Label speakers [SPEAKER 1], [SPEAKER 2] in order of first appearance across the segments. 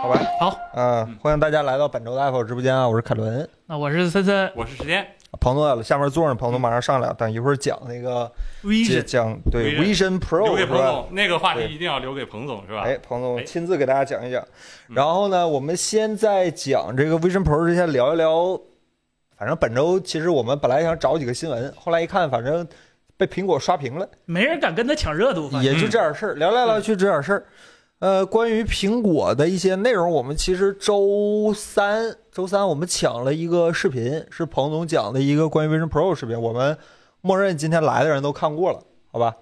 [SPEAKER 1] 好吧，
[SPEAKER 2] 好，
[SPEAKER 1] 嗯，欢迎大家来到本周的 Apple 直播间啊，我是凯伦，
[SPEAKER 2] 那我是森森
[SPEAKER 3] 我是时间，
[SPEAKER 1] 庞诺来了，下面坐着呢，庞诺马上上来，等一会儿讲那个
[SPEAKER 2] Vision
[SPEAKER 1] 讲对 Vision
[SPEAKER 3] Vision留
[SPEAKER 1] Pro
[SPEAKER 3] 给
[SPEAKER 1] 是
[SPEAKER 3] 彭
[SPEAKER 1] 吧？
[SPEAKER 3] 总，那个话题
[SPEAKER 1] 对
[SPEAKER 3] 一定要留给彭总，是吧？
[SPEAKER 1] 哎，彭总
[SPEAKER 3] 哎
[SPEAKER 1] 亲自给大家讲一讲。然后呢，我们先在讲这个 Vision Pro 之前聊一聊，反正本周其实我们本来想找几个新闻，后来一看，反正被苹果刷屏了。
[SPEAKER 2] 没人敢跟他抢热度，反正
[SPEAKER 1] 也
[SPEAKER 3] 嗯
[SPEAKER 1] 就这点事儿，聊来聊去这点事儿。呃，关于苹果的一些内容，我们其实周三周三我们抢了一个视频，是彭总讲的一个关于 Vision Pro 的视频，我们默认今天来的人都看过了，好吧？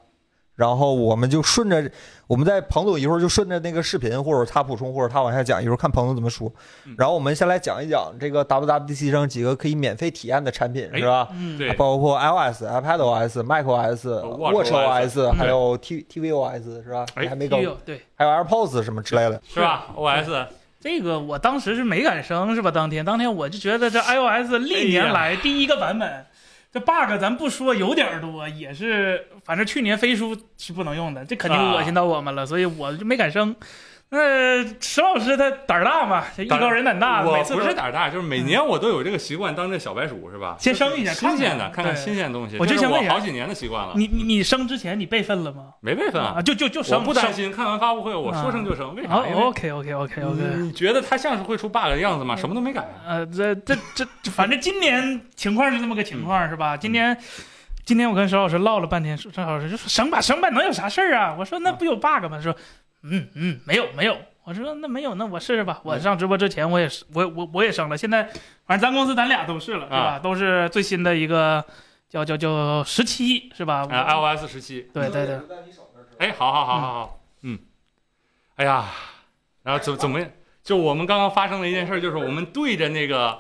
[SPEAKER 1] 然后我们就顺着我们在彭总一会儿就顺着那个视频，或者他补充，或者他往下讲，一会儿看彭总怎么说
[SPEAKER 3] 嗯。
[SPEAKER 1] 然后我们先来讲一讲这个 WWDC 上几个可以免费体验的产品，
[SPEAKER 3] 哎
[SPEAKER 1] 是吧？
[SPEAKER 2] 嗯，
[SPEAKER 3] 对，哦
[SPEAKER 1] 包括 iOS、iPadOS、macOS、
[SPEAKER 3] WatchOS
[SPEAKER 1] WatchOS，
[SPEAKER 2] 嗯
[SPEAKER 1] 还有 T TVOS 是吧？
[SPEAKER 3] 哎
[SPEAKER 1] 还没搞，
[SPEAKER 2] 有对
[SPEAKER 1] 还有 AirPods 什么之类的。
[SPEAKER 3] 是吧？OS
[SPEAKER 2] 这个我当时是没敢升，是吧？当天当天我就觉得这 iOS 历年
[SPEAKER 3] 哎
[SPEAKER 2] 来第一个版本，这 bug 咱不说有点儿多，也是反正去年飞书是不能用的，这肯定
[SPEAKER 3] 啊
[SPEAKER 2] 恶心到我们了，所以我就没敢升。那、石老师他胆儿大嘛，这艺
[SPEAKER 3] 胆儿
[SPEAKER 2] 高人胆大，
[SPEAKER 3] 我
[SPEAKER 2] 啊每次
[SPEAKER 3] 不
[SPEAKER 2] 都
[SPEAKER 3] 是胆儿大，就是每年我都有这个习惯，当这小白鼠是吧？
[SPEAKER 2] 先升一下，
[SPEAKER 3] 新鲜的，
[SPEAKER 2] 嗯看
[SPEAKER 3] 看看
[SPEAKER 2] 对
[SPEAKER 3] 新鲜东西。
[SPEAKER 2] 我就
[SPEAKER 3] 这是
[SPEAKER 2] 想问一
[SPEAKER 3] 我
[SPEAKER 2] 下
[SPEAKER 3] 好几年的习惯了，
[SPEAKER 2] 你你你升之前你备份了吗？
[SPEAKER 3] 没备份啊，
[SPEAKER 2] 啊，就就就
[SPEAKER 3] 我
[SPEAKER 2] 升，
[SPEAKER 3] 不担心。看完发布会，我
[SPEAKER 2] 啊
[SPEAKER 3] 说升就升，为
[SPEAKER 2] 升。
[SPEAKER 3] 啥？因
[SPEAKER 2] 哦
[SPEAKER 3] 为
[SPEAKER 2] ，OK OK OK OK，
[SPEAKER 3] 你你觉得它像是会出 bug 的样子吗？
[SPEAKER 2] 嗯
[SPEAKER 3] 什么都没改。啊
[SPEAKER 2] 呃，这这这，这嗯反正今年情况是这么个情况，是吧？今年，今天我跟石老师唠了半天，石石老师就说省吧，省吧，能有啥事儿啊？我说那不有 bug 吗？他说，嗯嗯，没有没有。我说那没有，那我试试吧。我上直播之前我也是，我我我也升了，现在反正咱公司咱俩都是了，是吧？
[SPEAKER 3] 啊
[SPEAKER 2] 都是最新的一个叫叫叫十七，是吧？我
[SPEAKER 3] 啊，iOS 十七，
[SPEAKER 2] 对对对，
[SPEAKER 3] 哎，好好好好好，嗯，哎呀，然后怎怎么就我们刚刚发生的一件事，就是我们对着那个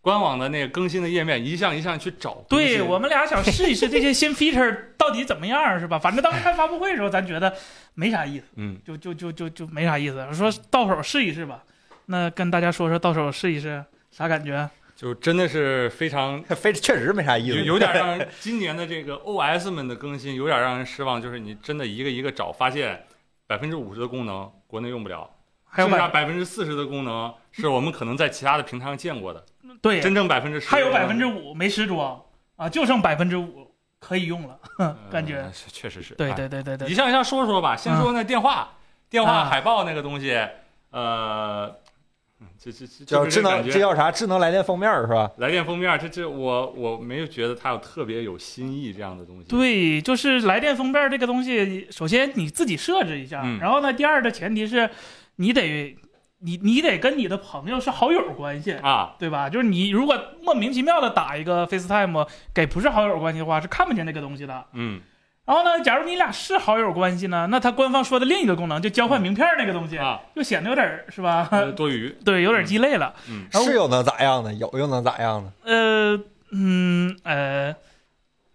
[SPEAKER 3] 官网的那个更新的页面一项一项去找更新。
[SPEAKER 2] 对我们俩想试一试这些新 feature 到底怎么样，是吧？反正当时开发布会的时候，咱觉得没啥意思。
[SPEAKER 3] 嗯，
[SPEAKER 2] 就就就就就没啥意思。说到手试一试吧，那跟大家说说到手试一试啥感觉？
[SPEAKER 3] 就真的是非常
[SPEAKER 1] 哎非确实没啥意
[SPEAKER 3] 有
[SPEAKER 1] 思，
[SPEAKER 3] 有点让人今年的这个 OS 们的更新有点让人失望，就是你真的一个一个找，发现百分之五十的功能国内用不了，
[SPEAKER 2] 还有
[SPEAKER 3] 剩下
[SPEAKER 2] 百
[SPEAKER 3] 百分之四十的功能是我们可能在其他的平台上见过的，
[SPEAKER 2] 对，
[SPEAKER 3] 真正百分之十
[SPEAKER 2] 还有百分之五没时装啊，就剩百分之五可以用
[SPEAKER 3] 啊
[SPEAKER 2] 了，哼感觉。
[SPEAKER 3] 确嗯实是
[SPEAKER 2] 对
[SPEAKER 3] 哎
[SPEAKER 2] 对对对
[SPEAKER 3] 一
[SPEAKER 2] 对，
[SPEAKER 3] 项一项说说吧，先说那电话，电话
[SPEAKER 2] 啊
[SPEAKER 3] 海报那个东西，呃，嗯这这 这
[SPEAKER 1] 叫
[SPEAKER 3] 就是
[SPEAKER 1] 智能，
[SPEAKER 3] 感
[SPEAKER 1] 这
[SPEAKER 3] 觉
[SPEAKER 1] 叫啥？智能来电封面是吧？
[SPEAKER 3] 来电封面，这这我我没有觉得它有特别有新意这样的东西。，
[SPEAKER 2] 对，就是来电封面这个东西，首先你自己设置一下，
[SPEAKER 3] 嗯
[SPEAKER 2] 然后呢，第二的前提是，你得你你得跟你的朋友是好友关系，
[SPEAKER 3] 啊，
[SPEAKER 2] 对吧？就是你如果莫名其妙的打一个 FaceTime 给不是好友关系的话，是看不见那个东西的。
[SPEAKER 3] 嗯，
[SPEAKER 2] 然后呢，假如你俩是好友关系呢，那它官方说的另一个功能就交换名片儿那个东西，
[SPEAKER 3] 啊，
[SPEAKER 2] 就显得有点儿是吧？
[SPEAKER 3] 呃多余，
[SPEAKER 2] 对，有点鸡肋了。
[SPEAKER 3] 嗯，
[SPEAKER 2] 然后
[SPEAKER 1] 是又能咋样呢？有又能咋样呢？
[SPEAKER 2] 呃，嗯，呃，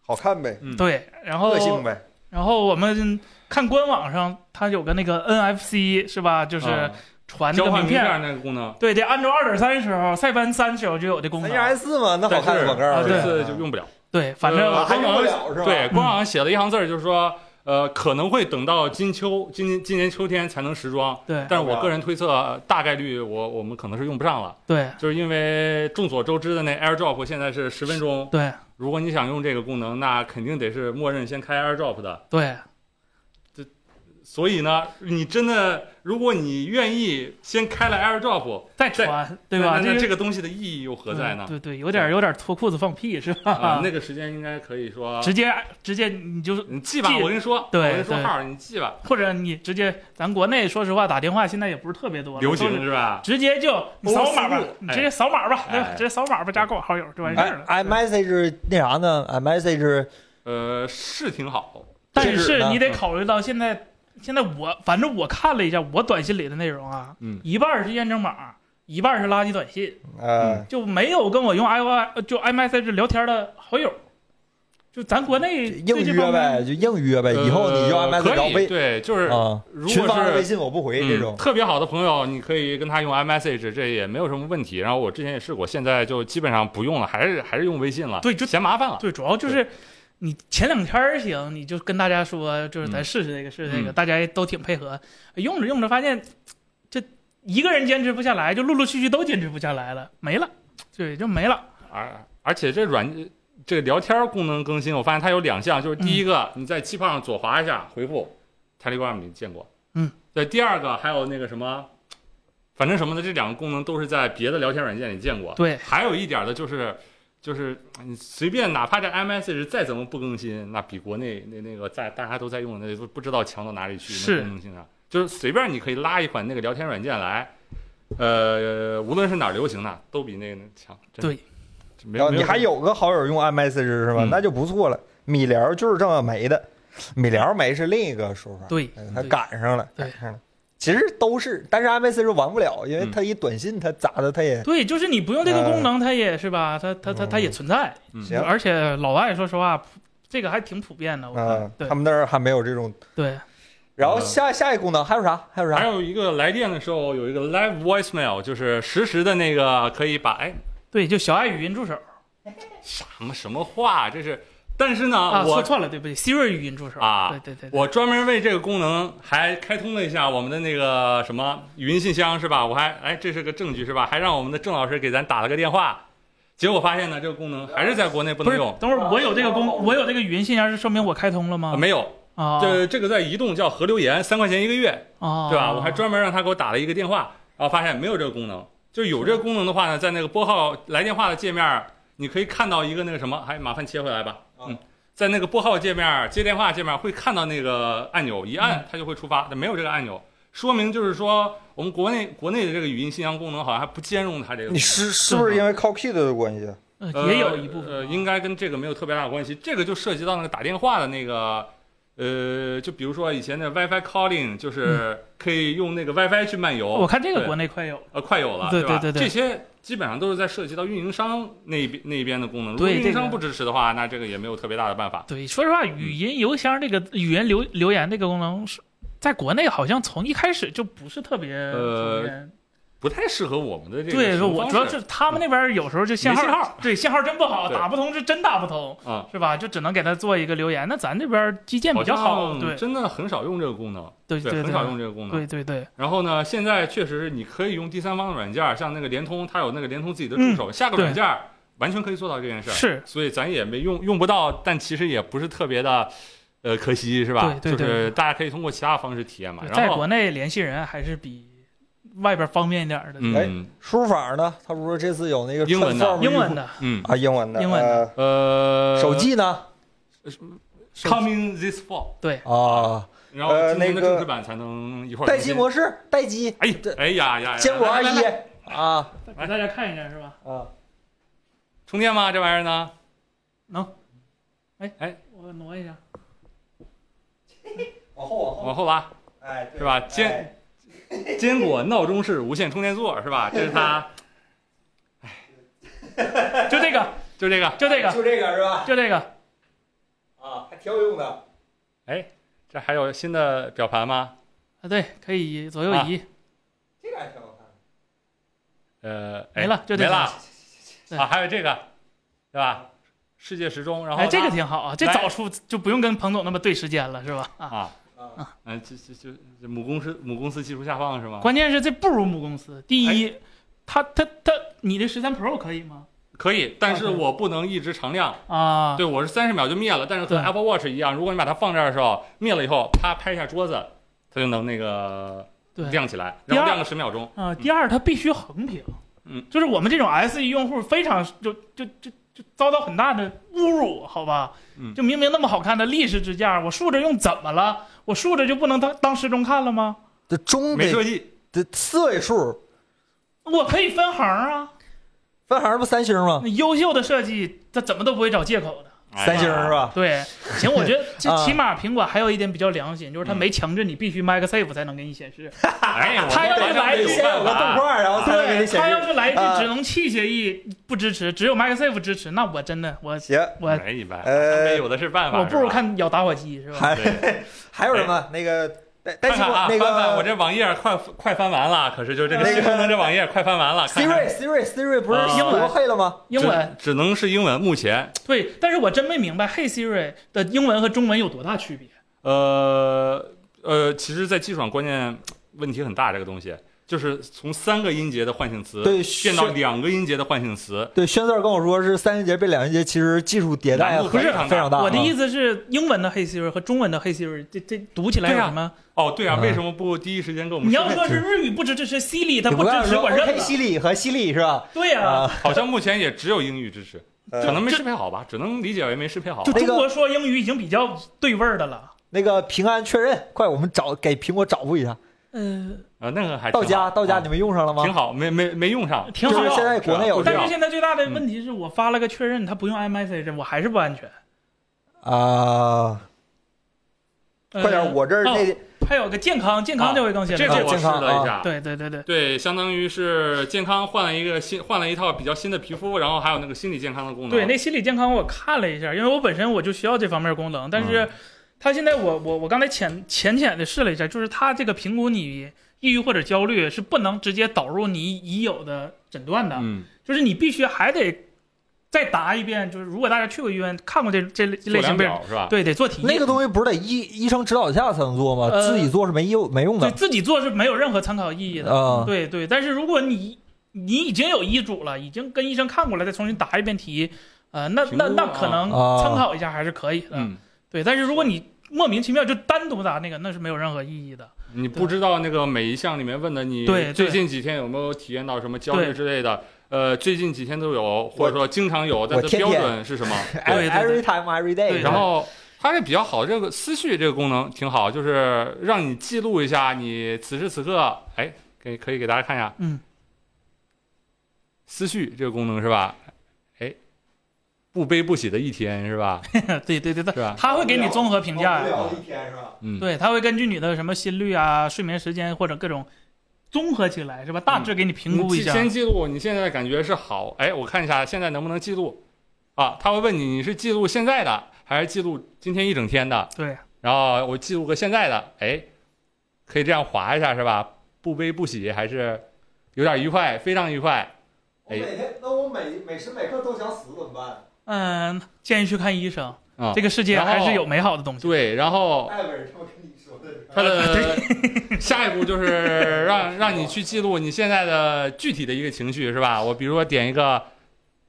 [SPEAKER 1] 好看呗，
[SPEAKER 3] 嗯
[SPEAKER 2] 对，然后
[SPEAKER 1] 个性呗。
[SPEAKER 2] 然后我们看官网上，它有个那个 NFC 是吧？就是
[SPEAKER 3] 啊
[SPEAKER 2] 传那
[SPEAKER 3] 交
[SPEAKER 2] 个
[SPEAKER 3] 换名
[SPEAKER 2] 片儿。
[SPEAKER 3] 那个功能，
[SPEAKER 2] 对，这按照二点三时候，塞班三时候就有这功
[SPEAKER 1] 三
[SPEAKER 3] 哎
[SPEAKER 2] 能。
[SPEAKER 1] S 嘛， 那好看的广告
[SPEAKER 2] 啊
[SPEAKER 1] 是
[SPEAKER 3] 这
[SPEAKER 1] 吧，
[SPEAKER 3] 次就用不了。
[SPEAKER 2] 对，反正、
[SPEAKER 3] 呃
[SPEAKER 1] 啊还用不了是吧？
[SPEAKER 3] 对，官
[SPEAKER 2] 嗯
[SPEAKER 3] 网写了一行字儿，就是说，呃，可能会等到今秋今年今年秋天才能时装，
[SPEAKER 2] 对
[SPEAKER 3] 但是我个人推测，呃大概率我我们可能是用不上了。
[SPEAKER 2] 对
[SPEAKER 3] 就是因为众所周知的那 AirDrop 现在是十分钟，
[SPEAKER 2] 对
[SPEAKER 3] 如果你想用这个功能，那肯定得是默认先开 AirDrop 的。
[SPEAKER 2] 对，
[SPEAKER 3] 所以呢，你真的如果你愿意先开了 AirDrop，
[SPEAKER 2] 再
[SPEAKER 3] 对
[SPEAKER 2] 传对吧？
[SPEAKER 3] 那那
[SPEAKER 2] 个
[SPEAKER 3] 这个东西的意义又何在呢
[SPEAKER 2] 嗯？对对，有点有点脱裤子放屁是吧？
[SPEAKER 3] 啊，那个时间应该可以说，
[SPEAKER 2] 直接直接你就是，
[SPEAKER 3] 你记吧，
[SPEAKER 2] 记
[SPEAKER 3] 我跟你说，
[SPEAKER 2] 对
[SPEAKER 3] 我跟你说
[SPEAKER 2] 对
[SPEAKER 3] 号，你记吧，
[SPEAKER 2] 或者你直接，咱国内说实话打电话现在也不是特别多了，
[SPEAKER 3] 流
[SPEAKER 2] 都
[SPEAKER 3] 行
[SPEAKER 2] 是
[SPEAKER 3] 是吧？
[SPEAKER 2] 直接就你扫码吧，你直接扫码吧，
[SPEAKER 3] 哎
[SPEAKER 2] 对吧，直接扫码吧，加个好友就完事儿了。
[SPEAKER 1] 哎，iMessage 那啥呢？iMessage
[SPEAKER 3] 呃，是嗯挺好，
[SPEAKER 2] 但
[SPEAKER 1] 这
[SPEAKER 2] 是
[SPEAKER 1] 个
[SPEAKER 2] 你得考虑到现在，现在我反正我看了一下我短信里的内容啊，
[SPEAKER 3] 嗯
[SPEAKER 2] 一半是验证码，一半是垃圾短信，
[SPEAKER 1] 呃，
[SPEAKER 2] 就没有跟我用 i o 就 i message 聊天的好友。就咱国内
[SPEAKER 1] 硬
[SPEAKER 2] 对这
[SPEAKER 1] 约
[SPEAKER 2] 方
[SPEAKER 1] 呗，
[SPEAKER 2] 面，
[SPEAKER 1] 就硬约呗。以后你就
[SPEAKER 3] 嗯呃
[SPEAKER 1] iMessage
[SPEAKER 3] 可
[SPEAKER 1] 要
[SPEAKER 3] 以
[SPEAKER 1] 微
[SPEAKER 3] 对，就是
[SPEAKER 1] 啊，
[SPEAKER 3] 如
[SPEAKER 1] 群
[SPEAKER 3] 果
[SPEAKER 1] 发
[SPEAKER 3] 是
[SPEAKER 1] 微信我不回这种
[SPEAKER 3] 嗯。。特别好的朋友，你可以跟他用 iMessage，这也没有什么问题。然后我之前也试过，现在就基本上不用了，还是还是用微信了。
[SPEAKER 2] 对就
[SPEAKER 3] 嫌麻烦了。
[SPEAKER 2] 对，主要就是你前两天儿行，你就跟大家说，就是咱试试这个，试试这个，
[SPEAKER 3] 嗯
[SPEAKER 2] 大家都挺配合。用着用着发现，这一个人坚持不下来，就陆陆续续都坚持不下来了，没了，对，就没了。
[SPEAKER 3] 而而且这软这个聊天功能更新，我发现它有两项，就是
[SPEAKER 2] 嗯
[SPEAKER 3] 第一个，你在气泡上左滑一下回复，Telegram 你见过，
[SPEAKER 2] 嗯，
[SPEAKER 3] 对，第二个还有那个什么，反正什么的，这两个功能都是在别的聊天软件里见过。
[SPEAKER 2] 对，
[SPEAKER 3] 还有一点的就是，就是你随便，哪怕这 iMessage 再怎么不更新，那比国内那那个在大家都在用的，那都不知道强到哪里去。
[SPEAKER 2] 是
[SPEAKER 3] 那功能性上，啊就是随便你可以拉一款那个聊天软件来，呃，无论是哪儿流行的，都比那个强。真的
[SPEAKER 2] 对，
[SPEAKER 3] 没
[SPEAKER 1] 然
[SPEAKER 3] 有
[SPEAKER 1] 后
[SPEAKER 3] 没
[SPEAKER 1] 你还有个好友用 iMessage 是吧？
[SPEAKER 3] 嗯
[SPEAKER 1] 那就不错了。米聊就是这么没的，米聊没是另一个说法，
[SPEAKER 2] 对
[SPEAKER 1] 嗯他
[SPEAKER 2] 对
[SPEAKER 1] 赶上了，
[SPEAKER 2] 对
[SPEAKER 1] 赶上了。其实都是，但是 iMessage 玩不了，因为
[SPEAKER 3] 嗯
[SPEAKER 1] 他一短信他咋的他也
[SPEAKER 2] 对，就是你不用这个功能，它也是吧，它它它它也存在，
[SPEAKER 3] 嗯
[SPEAKER 1] 行
[SPEAKER 2] 而且老外说实话，普这个还挺普遍的，我看
[SPEAKER 1] 啊，
[SPEAKER 2] 对
[SPEAKER 1] 他们那儿还没有这种。
[SPEAKER 2] 对，
[SPEAKER 1] 然后
[SPEAKER 3] 嗯
[SPEAKER 1] 下下一功能还有啥？还有
[SPEAKER 3] 还
[SPEAKER 1] 啥？
[SPEAKER 3] 有一个来电的时候有一个 live voicemail，就是实时的那个可以把哎
[SPEAKER 2] 对，就小爱语音助手
[SPEAKER 3] 什么什么话，这是，但是呢，
[SPEAKER 2] 啊，
[SPEAKER 3] 我
[SPEAKER 2] 说错了，对不对？Siri 语音助手
[SPEAKER 3] 啊
[SPEAKER 2] 对对对对，
[SPEAKER 3] 我专门为这个功能还开通了一下我们的那个什么语音信箱是吧？我还哎，这是个证据是吧？还让我们的郑老师给咱打了个电话，结果发现呢，这个功能还是在国内不
[SPEAKER 2] 不
[SPEAKER 3] 能
[SPEAKER 2] 是
[SPEAKER 3] 用，，
[SPEAKER 2] 等会儿我有这个功，我有这个语音信箱，是说明我开通了吗
[SPEAKER 3] 啊？没有，
[SPEAKER 2] 啊，
[SPEAKER 3] 这这个在移动叫和留言，三块钱一个月，
[SPEAKER 2] 啊，
[SPEAKER 3] 对吧？我还专门让他给我打了一个电话，然后发现没有这个功能。就有这个功能的话呢，在那个拨号来电话的界面，你可以看到一个那个什么，还麻烦切回来吧，嗯。在那个拨号界面、接电话界面会看到那个按钮，一按它就会触发，但没有这个按钮，说明就是说我们国内国内的这个语音信箱功能好像还不兼容它这个功能。
[SPEAKER 1] 你是是
[SPEAKER 3] 嗯
[SPEAKER 1] 不是因为 c o k e 的关系？
[SPEAKER 2] 呃
[SPEAKER 3] 呃
[SPEAKER 2] 也有一部分
[SPEAKER 3] 呃，应该跟这个没有特别大的关系。这个就涉及到那个打电话的那个，呃，就比如说以前的 WiFi calling，就是可以用那个 WiFi 去漫游。
[SPEAKER 2] 嗯我看这个
[SPEAKER 3] 呃对
[SPEAKER 2] 国内快有了，
[SPEAKER 3] 呃，快有了，
[SPEAKER 2] 对
[SPEAKER 3] 吧？
[SPEAKER 2] 对对对
[SPEAKER 3] 这些基本上都是在涉及到运营商那边那边的功能。如果
[SPEAKER 2] 对
[SPEAKER 3] 运
[SPEAKER 2] 这
[SPEAKER 3] 营商
[SPEAKER 2] 个
[SPEAKER 3] 不支持的话，那这个也没有特别大的办法。
[SPEAKER 2] 对，说实话，语
[SPEAKER 3] 嗯
[SPEAKER 2] 音邮箱这个语言留留言这个功能是。在国内好像从一开始就不是特别
[SPEAKER 3] 呃
[SPEAKER 2] 普遍
[SPEAKER 3] 不太适合我们的这个
[SPEAKER 2] 对，
[SPEAKER 3] 使
[SPEAKER 2] 说
[SPEAKER 3] 用
[SPEAKER 2] 我
[SPEAKER 3] 方
[SPEAKER 2] 主要
[SPEAKER 3] 式嗯
[SPEAKER 2] 是他们那边有时候就信号，
[SPEAKER 3] 没信号
[SPEAKER 2] 对信号真不好，
[SPEAKER 3] 对
[SPEAKER 2] 打不通是真打不通，
[SPEAKER 3] 啊，
[SPEAKER 2] 是吧？就只能给他做一个留言。那咱这边基建比较好，
[SPEAKER 3] 像
[SPEAKER 2] 对
[SPEAKER 3] 真的很少用这个功能，
[SPEAKER 2] 对对
[SPEAKER 3] 很少用这个功能。
[SPEAKER 2] 对对对，
[SPEAKER 3] 然后呢，现在确实是你可以用第三方的软件儿，像那个联通，它有那个联通自己的助手，下个
[SPEAKER 2] 嗯对
[SPEAKER 3] 软件儿完全可以做到这件事儿。
[SPEAKER 2] 是
[SPEAKER 3] 所以咱也没用用不到，但其实也不是特别的，呃，可惜是吧？
[SPEAKER 2] 对对对
[SPEAKER 3] 就是大家可以通过其他方式体验嘛。
[SPEAKER 2] 在
[SPEAKER 3] 然后
[SPEAKER 2] 国，内联系人还是比外边方便一点的，
[SPEAKER 1] 哎
[SPEAKER 3] 嗯
[SPEAKER 1] 输入法呢？他不是说这次有那个
[SPEAKER 3] 英文的
[SPEAKER 1] transform
[SPEAKER 2] 英文的
[SPEAKER 3] 嗯，
[SPEAKER 1] 啊，英文的，
[SPEAKER 2] 英文的
[SPEAKER 3] 呃
[SPEAKER 1] 呃，，手机呢？
[SPEAKER 2] 手机
[SPEAKER 3] coming this fall，
[SPEAKER 2] 对。
[SPEAKER 1] 啊，
[SPEAKER 3] 然后今年的
[SPEAKER 1] 那个
[SPEAKER 3] 正式版才能一会儿
[SPEAKER 1] 待
[SPEAKER 3] 更
[SPEAKER 1] 机
[SPEAKER 3] 新。
[SPEAKER 1] 模式，待机，
[SPEAKER 3] 哎
[SPEAKER 1] 这
[SPEAKER 3] 哎呀呀呀！
[SPEAKER 1] 坚果
[SPEAKER 3] 来
[SPEAKER 1] 阿
[SPEAKER 3] 来
[SPEAKER 1] 姨
[SPEAKER 3] 来
[SPEAKER 1] 啊
[SPEAKER 3] 嗯
[SPEAKER 2] 给大家看一下是吧？
[SPEAKER 1] 啊，
[SPEAKER 3] 充电吗？这玩意儿呢？
[SPEAKER 2] 我挪一下，
[SPEAKER 1] 往后往，
[SPEAKER 3] 往后拉。
[SPEAKER 1] 哎，对
[SPEAKER 3] 是吧坚
[SPEAKER 1] 哎
[SPEAKER 3] 坚果闹钟式无线充电座是吧？ 这是它，
[SPEAKER 2] 就这个，
[SPEAKER 3] 就这个，
[SPEAKER 2] 就这个，
[SPEAKER 1] 就这个是吧？
[SPEAKER 2] 就这个，
[SPEAKER 1] 啊，还挺有用的。
[SPEAKER 3] 这还有新的表盘吗？
[SPEAKER 2] 啊，对，可以左
[SPEAKER 3] 啊
[SPEAKER 2] 右移，
[SPEAKER 1] 这个还挺好看的。
[SPEAKER 3] 呃，哎
[SPEAKER 2] 没了就这
[SPEAKER 3] 没
[SPEAKER 2] 个
[SPEAKER 3] 了
[SPEAKER 2] 对
[SPEAKER 3] 啊，还有这个，对吧？世界时钟，然后
[SPEAKER 2] 哎，这个
[SPEAKER 3] 它
[SPEAKER 2] 挺好啊，这
[SPEAKER 3] 来
[SPEAKER 2] 早出就不用跟彭总那么对时间了，是吧？啊，
[SPEAKER 3] 啊，
[SPEAKER 1] 啊，
[SPEAKER 3] 嗯，这这这这母公司母公司技术下放是吗？
[SPEAKER 2] 关键是这不如母公司。第
[SPEAKER 3] 哎
[SPEAKER 2] 一，它它它，你的十三 Pro 可以吗？
[SPEAKER 3] 可以，但是
[SPEAKER 2] 啊对
[SPEAKER 3] 我不能一直常亮，
[SPEAKER 2] 啊，
[SPEAKER 3] 对我是三十秒就灭了，但是和
[SPEAKER 2] 对
[SPEAKER 3] Apple Watch 一样，如果你把它放这儿的时候灭了以后，啪拍一下桌子，它就能那个
[SPEAKER 2] 对
[SPEAKER 3] 亮起来，
[SPEAKER 2] 第
[SPEAKER 3] 然
[SPEAKER 2] 二
[SPEAKER 3] 后亮个十秒钟。
[SPEAKER 2] 啊，第二它必须横屏，
[SPEAKER 3] 嗯，
[SPEAKER 2] 就是我们这种 SE 用户非常就就就就遭到很大的侮辱，好吧？
[SPEAKER 3] 嗯
[SPEAKER 2] 就明明那么好看的立式支架，我竖着用怎么了？我竖着就不能当当时钟看了吗？
[SPEAKER 1] 这中
[SPEAKER 3] 没
[SPEAKER 1] 得
[SPEAKER 3] 设计，
[SPEAKER 1] 这四位数
[SPEAKER 2] 我可以分行啊，
[SPEAKER 1] 分行不三星吗
[SPEAKER 2] 那？优秀的设计，它怎么都不会找借口的。
[SPEAKER 3] 哎呀
[SPEAKER 1] 三星是？吧？
[SPEAKER 2] 对，行，我觉得这
[SPEAKER 1] 啊
[SPEAKER 2] 起码苹果还有一点比较良心，就是它
[SPEAKER 3] 嗯
[SPEAKER 2] 没强制你必须 MagSafe 才能给你显 示。
[SPEAKER 3] 哎呀，我
[SPEAKER 2] 它要
[SPEAKER 3] 完
[SPEAKER 2] 是来
[SPEAKER 3] 全没
[SPEAKER 2] 之
[SPEAKER 3] 有
[SPEAKER 1] 先
[SPEAKER 2] 前
[SPEAKER 3] 办
[SPEAKER 1] 有个
[SPEAKER 3] 法
[SPEAKER 1] 动画，然后才能给你
[SPEAKER 2] 对，
[SPEAKER 1] 显
[SPEAKER 2] 它要
[SPEAKER 1] 示。
[SPEAKER 2] 是来一
[SPEAKER 1] 啊
[SPEAKER 2] 句只能器协议不支持，只有 MagSafe 支持，那我真的我
[SPEAKER 1] 行，
[SPEAKER 2] 我
[SPEAKER 3] 没一般，
[SPEAKER 1] 呃
[SPEAKER 3] 没有的是办法。
[SPEAKER 2] 我不如
[SPEAKER 3] 是吧
[SPEAKER 2] 看咬打火机是吧？
[SPEAKER 1] 还
[SPEAKER 3] 对
[SPEAKER 1] 还有什么？那个待待
[SPEAKER 3] 看
[SPEAKER 1] 机
[SPEAKER 3] 看
[SPEAKER 1] 模
[SPEAKER 3] 啊，
[SPEAKER 1] 那
[SPEAKER 3] 翻翻我
[SPEAKER 1] 个
[SPEAKER 3] 这网页快快翻完了，可是就这个
[SPEAKER 1] 那个
[SPEAKER 3] 新功能这网页快翻完了。看看
[SPEAKER 1] Siri Siri Siri 不是
[SPEAKER 3] 啊
[SPEAKER 1] 英文黑了吗？
[SPEAKER 2] 英文
[SPEAKER 3] 只只能是英文，目前
[SPEAKER 2] 对，但是我真没明白 Hey Siri 的英文和中文有多大区别。
[SPEAKER 3] 呃呃，其实，在技术上关键问题很大，这个东西。就是从三个音节的唤醒词
[SPEAKER 1] 对
[SPEAKER 3] 变到
[SPEAKER 1] 是
[SPEAKER 3] 两个音节的唤醒词，
[SPEAKER 1] 对，轩字儿跟我说是三音节变两音节，其实技术迭代
[SPEAKER 3] 难度
[SPEAKER 1] 很
[SPEAKER 3] 非常大啊
[SPEAKER 1] 非常大。啊
[SPEAKER 2] 我的意
[SPEAKER 1] 思，
[SPEAKER 2] 思是，英文的 Hey Siri 和中文的 Hey Siri，这这读起来有
[SPEAKER 3] 对啊
[SPEAKER 2] 什么？
[SPEAKER 3] 哦，对啊，
[SPEAKER 1] 嗯
[SPEAKER 3] 为什么不第一时间跟我们
[SPEAKER 2] 你
[SPEAKER 3] 说？
[SPEAKER 2] 要说是日语不支持犀利，它
[SPEAKER 1] 你
[SPEAKER 2] 不
[SPEAKER 1] 不要
[SPEAKER 2] 支持
[SPEAKER 1] 说
[SPEAKER 2] 我认
[SPEAKER 1] OK
[SPEAKER 2] 了。
[SPEAKER 1] 犀利和犀利是吧？
[SPEAKER 2] 对呀，
[SPEAKER 1] 啊，
[SPEAKER 3] 好像目前也只有英语支持，
[SPEAKER 1] 呃
[SPEAKER 3] 可能没适配好吧，只能理解为没适配好
[SPEAKER 2] 就
[SPEAKER 3] 吧。
[SPEAKER 1] 那
[SPEAKER 2] 中
[SPEAKER 1] 个
[SPEAKER 2] 国说英语已经比较对味儿的了。
[SPEAKER 1] 那个平安确认，快我们找给苹果找补一下。
[SPEAKER 2] 嗯，
[SPEAKER 3] 啊，那个还挺
[SPEAKER 1] 到
[SPEAKER 3] 好
[SPEAKER 1] 家到家
[SPEAKER 3] 啊
[SPEAKER 1] 你们用上了吗？
[SPEAKER 3] 挺好，没没没用上，
[SPEAKER 2] 挺
[SPEAKER 1] 就
[SPEAKER 2] 好
[SPEAKER 1] 是
[SPEAKER 2] 用
[SPEAKER 1] 现在国内有
[SPEAKER 3] 不知
[SPEAKER 1] 这
[SPEAKER 2] 但
[SPEAKER 3] 道
[SPEAKER 1] 样
[SPEAKER 2] 是现在最大的问题是我发了个确认，它不用 iMessage，我还是不安全。
[SPEAKER 1] 啊，
[SPEAKER 2] 呃
[SPEAKER 1] 快点，我这儿那
[SPEAKER 2] 还有个健康，健康这回更新
[SPEAKER 3] 这
[SPEAKER 2] 了。
[SPEAKER 3] 个
[SPEAKER 1] 啊
[SPEAKER 3] 我
[SPEAKER 1] 健
[SPEAKER 3] 试
[SPEAKER 1] 康
[SPEAKER 3] 了
[SPEAKER 1] 啊
[SPEAKER 3] 一下，
[SPEAKER 2] 对对对对，
[SPEAKER 3] 对，相当于是健康换了一个新，换了一套比较新的皮肤，然后还有那个心理健康的功能。
[SPEAKER 2] 对，那心理健康我看了一下，因为我本身我就需要这方面功能，但是它现在我我我刚才浅浅浅的试了一下，就是它这个评估你抑郁或者焦虑是不能直接导入你已有的诊断的，
[SPEAKER 3] 嗯，
[SPEAKER 2] 就是你必须还得再答一遍，就是如果大家去过医院看过这这类这类型病，
[SPEAKER 3] 表是吧？
[SPEAKER 2] 对，得做题，
[SPEAKER 1] 那个东西不是得医医生指导下才能做吗？
[SPEAKER 2] 呃
[SPEAKER 1] 自己做是没用没用
[SPEAKER 2] 对
[SPEAKER 1] 的
[SPEAKER 2] 自己做是没有任何参考意义的。
[SPEAKER 1] 啊。
[SPEAKER 2] 对对，但是如果你你已经有医嘱了，已经跟医生看过了，再重新答一遍题，呃，那那
[SPEAKER 3] 评估
[SPEAKER 2] 那
[SPEAKER 3] 啊
[SPEAKER 2] 可能
[SPEAKER 1] 啊
[SPEAKER 2] 参考一下还是可以的。
[SPEAKER 3] 嗯，
[SPEAKER 2] 对，但是如果你莫名其妙就单独答那个，那是没有任何意义的。
[SPEAKER 3] 你不知道那个每一项里面问的你
[SPEAKER 2] 对对
[SPEAKER 3] 最近几天有没有体验到什么焦虑
[SPEAKER 2] 对
[SPEAKER 3] 之类的？呃，最近几天都有，或者说经常有，但
[SPEAKER 1] 我
[SPEAKER 3] 它
[SPEAKER 1] 天
[SPEAKER 3] 标
[SPEAKER 1] 天
[SPEAKER 3] 准是 什么？
[SPEAKER 2] 对对
[SPEAKER 1] Every time, every day。
[SPEAKER 2] 对
[SPEAKER 3] 然后它这比较好，这个思绪这个功能挺好，就是让你记录一下你此时此刻，哎，给可以给大家看一下
[SPEAKER 2] 嗯，
[SPEAKER 3] 思绪这个功能是吧？哎，不悲不喜的一天是吧？
[SPEAKER 2] 对对对对，
[SPEAKER 3] 是吧？
[SPEAKER 2] 他会给你综合评价呀。
[SPEAKER 1] 一天是吧？
[SPEAKER 3] 嗯，
[SPEAKER 2] 对，他会根据你的什么心率啊、睡眠时间或者各种综合起来，是吧？大致给你评估
[SPEAKER 3] 你
[SPEAKER 2] 一
[SPEAKER 3] 记
[SPEAKER 2] 下。
[SPEAKER 3] 嗯先记录你现在的感觉是好，哎，我看一下现在能不能记录啊？他会问你你是记录现在的还是记录今天一整天的？
[SPEAKER 2] 对，
[SPEAKER 3] 然后我记录个现在的，哎，可以这样划一下是吧？不悲不喜还是有点愉快，非常愉快。哎
[SPEAKER 1] 天，那我每每时每刻都想死怎么办？
[SPEAKER 2] 嗯，建议去看医生。
[SPEAKER 3] 啊
[SPEAKER 2] 这个世界还是有美好的东西。
[SPEAKER 3] 对，然
[SPEAKER 2] 哦
[SPEAKER 3] 后
[SPEAKER 1] 艾文他们跟你说的
[SPEAKER 3] 它的呃 下一步就是让让你去记录你现在的具体的一个情绪，是吧？我比如说点一个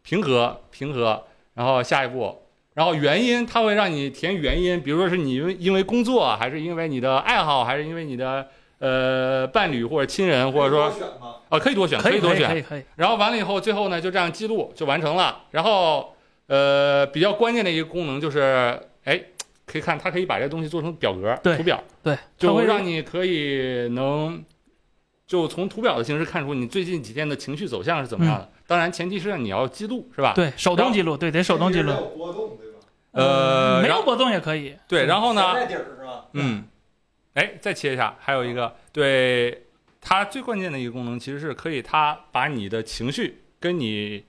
[SPEAKER 3] 平和，平和，然后下一步，然后原因，它会让你填原因，比如说是你因为因为工作，啊还是因为你的爱好，还是因为你的呃伴侣或者亲人，或者说啊、
[SPEAKER 1] 选吗？
[SPEAKER 3] 可以多选，
[SPEAKER 2] 可以
[SPEAKER 3] 多
[SPEAKER 2] 可以
[SPEAKER 3] 选，
[SPEAKER 2] 可以可以。
[SPEAKER 3] 然后完了以后，最后呢就这样记录就完成了。然后呃，比较关键的一个功能就是，哎，可以看它可以把这东西做成表格、
[SPEAKER 2] 对
[SPEAKER 3] 图表，
[SPEAKER 2] 对，它
[SPEAKER 3] 就
[SPEAKER 2] 会
[SPEAKER 3] 让你可以能就从图表的形式看出你最近几天的情绪走向是怎么样的。当然，前提是你要记录，是吧？
[SPEAKER 2] 嗯对手动记录，对得手动记录。
[SPEAKER 1] 有波动对吧？
[SPEAKER 3] 呃
[SPEAKER 2] 嗯没
[SPEAKER 3] 然
[SPEAKER 2] 有
[SPEAKER 3] 后
[SPEAKER 2] 波动也可以。
[SPEAKER 3] 对，然后呢，
[SPEAKER 1] 底儿是吧？
[SPEAKER 3] 嗯，哎，再切一下，还有一个对它最关键的一个功能，其实是可以它把你的情绪跟你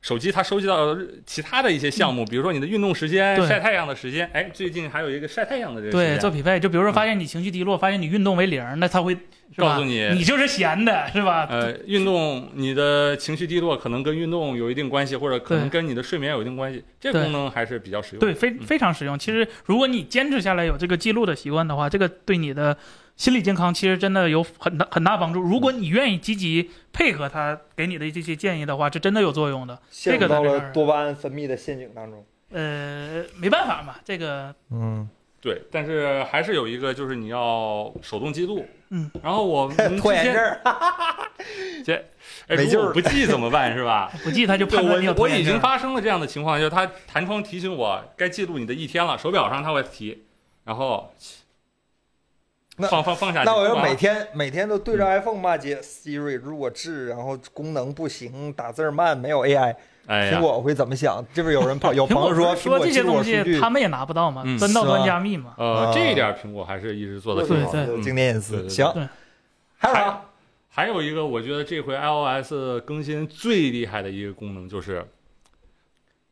[SPEAKER 3] 手机它收集到的其他的一些项目，比如说你的运动时
[SPEAKER 2] 嗯
[SPEAKER 3] 间、
[SPEAKER 2] 对
[SPEAKER 3] 晒太阳的时间，哎，最近还有一个晒太阳的这个
[SPEAKER 2] 对，
[SPEAKER 3] 时
[SPEAKER 2] 做
[SPEAKER 3] 间，
[SPEAKER 2] 匹配，就比如说发现你情绪低落，发现你运动为零，那他会是吧
[SPEAKER 3] 告诉你
[SPEAKER 2] 你就是闲的，是 吧？
[SPEAKER 3] 呃，运动你的情绪低落可能跟运动有一定关系，或者可能跟你的睡眠有一定关系，这
[SPEAKER 2] 对
[SPEAKER 3] 功能还是比较实用的。
[SPEAKER 2] 对，非
[SPEAKER 3] 嗯
[SPEAKER 2] 非常实用。其实如果你坚持下来有这个记录的习惯的话，这个对你的心理健康其实真的有很大很大帮助。如果
[SPEAKER 3] 嗯
[SPEAKER 2] 你愿意积极配合他给你的这些建议的话，这真的有作用的。
[SPEAKER 1] 陷
[SPEAKER 2] 这
[SPEAKER 1] 入
[SPEAKER 2] 个
[SPEAKER 1] 到
[SPEAKER 2] 在这
[SPEAKER 1] 了
[SPEAKER 2] 儿
[SPEAKER 1] 多巴胺分泌的陷阱当中。
[SPEAKER 2] 呃，没办法嘛，这个
[SPEAKER 1] 嗯，
[SPEAKER 3] 对，但是还是有一个就是你要手动记录。
[SPEAKER 2] 嗯，
[SPEAKER 3] 然 后我们之
[SPEAKER 1] 拖延
[SPEAKER 3] 前
[SPEAKER 1] 症儿，
[SPEAKER 3] 哎，
[SPEAKER 1] 没
[SPEAKER 3] 如
[SPEAKER 1] 劲
[SPEAKER 3] 果
[SPEAKER 1] 儿
[SPEAKER 3] 不记怎么办是 吧？
[SPEAKER 2] 不记他就
[SPEAKER 3] 对
[SPEAKER 2] 判断你有
[SPEAKER 3] 我
[SPEAKER 2] 拖
[SPEAKER 3] 我
[SPEAKER 2] 延
[SPEAKER 3] 已
[SPEAKER 2] 症
[SPEAKER 3] 经发生了这样的情况，就是他弹窗提醒我该记录你的一天了，手表上他会提，然后
[SPEAKER 1] 那
[SPEAKER 3] 放放放下去。
[SPEAKER 1] 那我要
[SPEAKER 3] 不
[SPEAKER 1] 每
[SPEAKER 3] 管
[SPEAKER 1] 天每天都对着 iPhone 骂街，Siri 弱智，然后功能不行，打字儿慢，没有 AI，
[SPEAKER 3] 哎
[SPEAKER 1] 苹
[SPEAKER 3] 呀，
[SPEAKER 1] 果会怎么想？这边有人 朋有
[SPEAKER 2] 苹
[SPEAKER 1] 朋
[SPEAKER 2] 果
[SPEAKER 1] 友
[SPEAKER 2] 不
[SPEAKER 1] 说
[SPEAKER 2] 是
[SPEAKER 1] 苹果
[SPEAKER 2] 说这
[SPEAKER 1] 记
[SPEAKER 2] 些
[SPEAKER 1] 录我
[SPEAKER 2] 东
[SPEAKER 1] 数据
[SPEAKER 2] 西他们也拿不到嘛
[SPEAKER 3] 嗯，
[SPEAKER 2] 端到
[SPEAKER 1] 是
[SPEAKER 2] 端
[SPEAKER 1] 啊
[SPEAKER 2] 加密嘛。
[SPEAKER 3] 呃
[SPEAKER 1] 啊，
[SPEAKER 3] 这一点苹果还是一直做的
[SPEAKER 1] 对
[SPEAKER 3] 挺
[SPEAKER 2] 对
[SPEAKER 3] 好。
[SPEAKER 2] 对
[SPEAKER 1] 有经典隐
[SPEAKER 3] 对
[SPEAKER 1] 私。
[SPEAKER 3] 对
[SPEAKER 1] 行
[SPEAKER 2] 嗯对，
[SPEAKER 1] 还有啊
[SPEAKER 3] 还
[SPEAKER 1] 啥？
[SPEAKER 3] 还有一个，我觉得这回 iOS 更新最厉害的一个功能就是，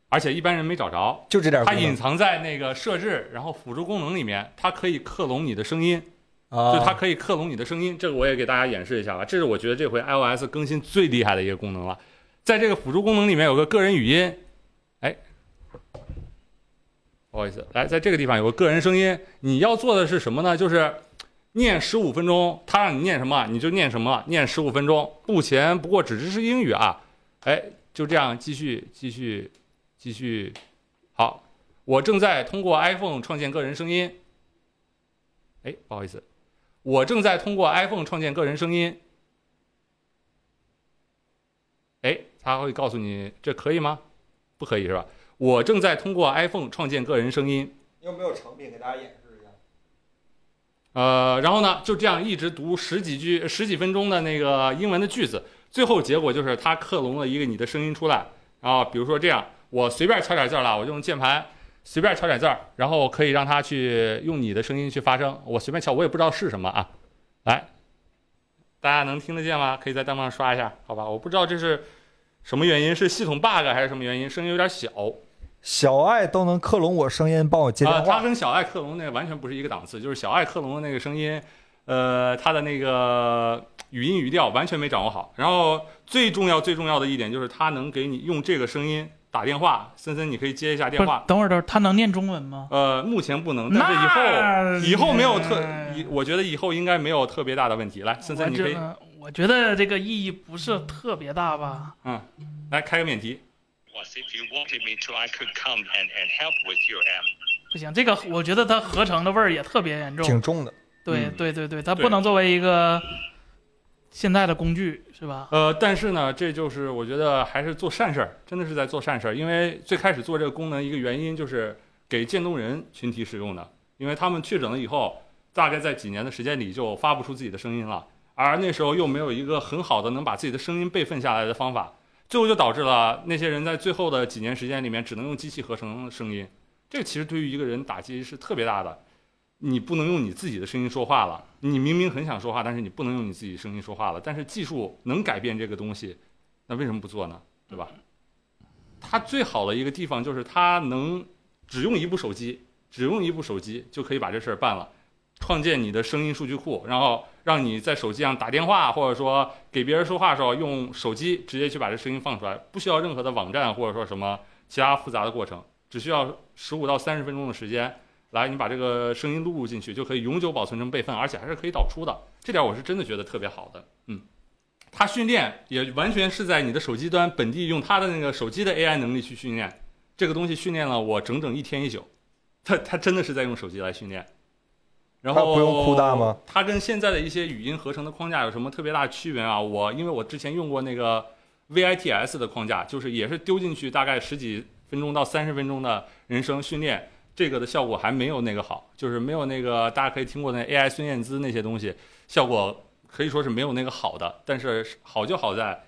[SPEAKER 3] 而且一般人没找着，
[SPEAKER 1] 就这点
[SPEAKER 3] 它
[SPEAKER 1] 功
[SPEAKER 3] 隐
[SPEAKER 1] 能
[SPEAKER 3] 藏在那个设置，然后辅助功能里面，它可以克隆你的声音。就它
[SPEAKER 1] 啊，
[SPEAKER 3] 可以克隆你的声音，这个我也给大家演示一下吧。这是我觉得这回 iOS 更新最厉害的一个功能了，在这个辅助功能里面有个个人语音，哎，不好意思，来，在这个地方有个个人声音，你要做的是什么呢？就是念十五分钟，他让你念什么你就念什么，念十五分钟，不前不过只支持英语啊，哎，就这样继续继续继续，好，我正在通过 iPhone 创建个人声音，哎，不好意思，我正在通过 iPhone 创建个人声音，哎，他会告诉你这可以吗？不可以是吧？我正在通过 iPhone 创建个人声音，
[SPEAKER 1] 你有没有成品给大家演示一下？
[SPEAKER 3] 呃，然后呢，就这样一直读十几句、呃十几分钟的那个英文的句子，最后结果就是它克隆了一个你的声音出来。然后比如说这样，我随便敲点字儿了，我用键盘随便敲点字儿，然后可以让它去用你的声音去发声。我随便敲，我也不知道是什么啊。来，大家能听得见吗？可以在弹幕上刷一下，好吧？我不知道这是什么原因，是系统 bug 还是什么原因，声音有点小。
[SPEAKER 1] 小爱都能克隆我声音，帮我接
[SPEAKER 3] 啊，
[SPEAKER 1] 电
[SPEAKER 3] 他
[SPEAKER 1] 话。
[SPEAKER 3] 跟小爱克隆那个完全不是一个档次，就是小爱克隆的那个声音，呃，他的那个语音语调完全没掌握好。然后最重要最重要的一点就是，他能给你用这个声音打电话。森森，你可以接一下
[SPEAKER 2] 不
[SPEAKER 3] 电
[SPEAKER 2] 是
[SPEAKER 3] 话。，
[SPEAKER 2] 等会儿，等会儿，他能念中文吗？
[SPEAKER 3] 呃，目前不能，但
[SPEAKER 2] 那
[SPEAKER 3] 是以后以后没有特
[SPEAKER 2] 哎，
[SPEAKER 3] 以我觉得以后应该没有特别大的问题。来，森
[SPEAKER 2] 我
[SPEAKER 3] 森，你
[SPEAKER 2] 觉
[SPEAKER 3] 可以
[SPEAKER 2] 得我觉得这个意义不是特别大吧？
[SPEAKER 3] 来开个免提。
[SPEAKER 4] was if you wanted me to, I could come and, and help with your um,
[SPEAKER 2] 不行，这个我觉得它合成的味儿也特别严重。
[SPEAKER 1] 挺重的，
[SPEAKER 2] 对
[SPEAKER 3] 嗯
[SPEAKER 2] 对对对，它
[SPEAKER 3] 对
[SPEAKER 2] 不能作为一个现在的工具，是吧？
[SPEAKER 3] 呃，但是呢，这就是我觉得还是做善事儿，真的是在做善事儿。因为最开始做这个功能，一个原因就是给渐冻人群体使用的，因为他们确诊了以后，大概在几年的时间里就发不出自己的声音了，而那时候又没有一个很好的能把自己的声音备份下来的方法，最后就导致了那些人在最后的几年时间里面只能用机器合成声音。这其实对于一个人打击是特别大的，你不能用你自己的声音说话了。你明明很想说话，但是你不能用你自己声音说话了。但是技术能改变这个东西，那为什么不做呢？对吧？它最好的一个地方就是它能只用一部手机，只用一部手机就可以把这事儿办了。创建你的声音数据库，然后让你在手机上打电话，或者说给别人说话的时候用手机直接去把这声音放出来，不需要任何的网站或者说什么其他复杂的过程，只需要十五到三十分钟的时间，来，你把这个声音录入进去，就可以永久保存成备份，而且还是可以导出的。这点我是真的觉得特别好的。嗯，它训练也完全是在你的手机端本地用它的那个手机的 AI 能力去训练。这个东西训练了我整整一天一宿，它它真的是在用手机来训练。然后
[SPEAKER 1] 它不用扩大吗？
[SPEAKER 3] 它跟现在的一些语音合成的框架有什么特别大的区别啊？我因为我之前用过那个 VITS 的框架，就是也是丢进去大概十几分钟到三十分钟的人声训练，这个的效果还没有那个好，就是没有那个大家可以听过那 AI 孙燕姿那些东西，效果可以说是没有那个好的。但是好就好在，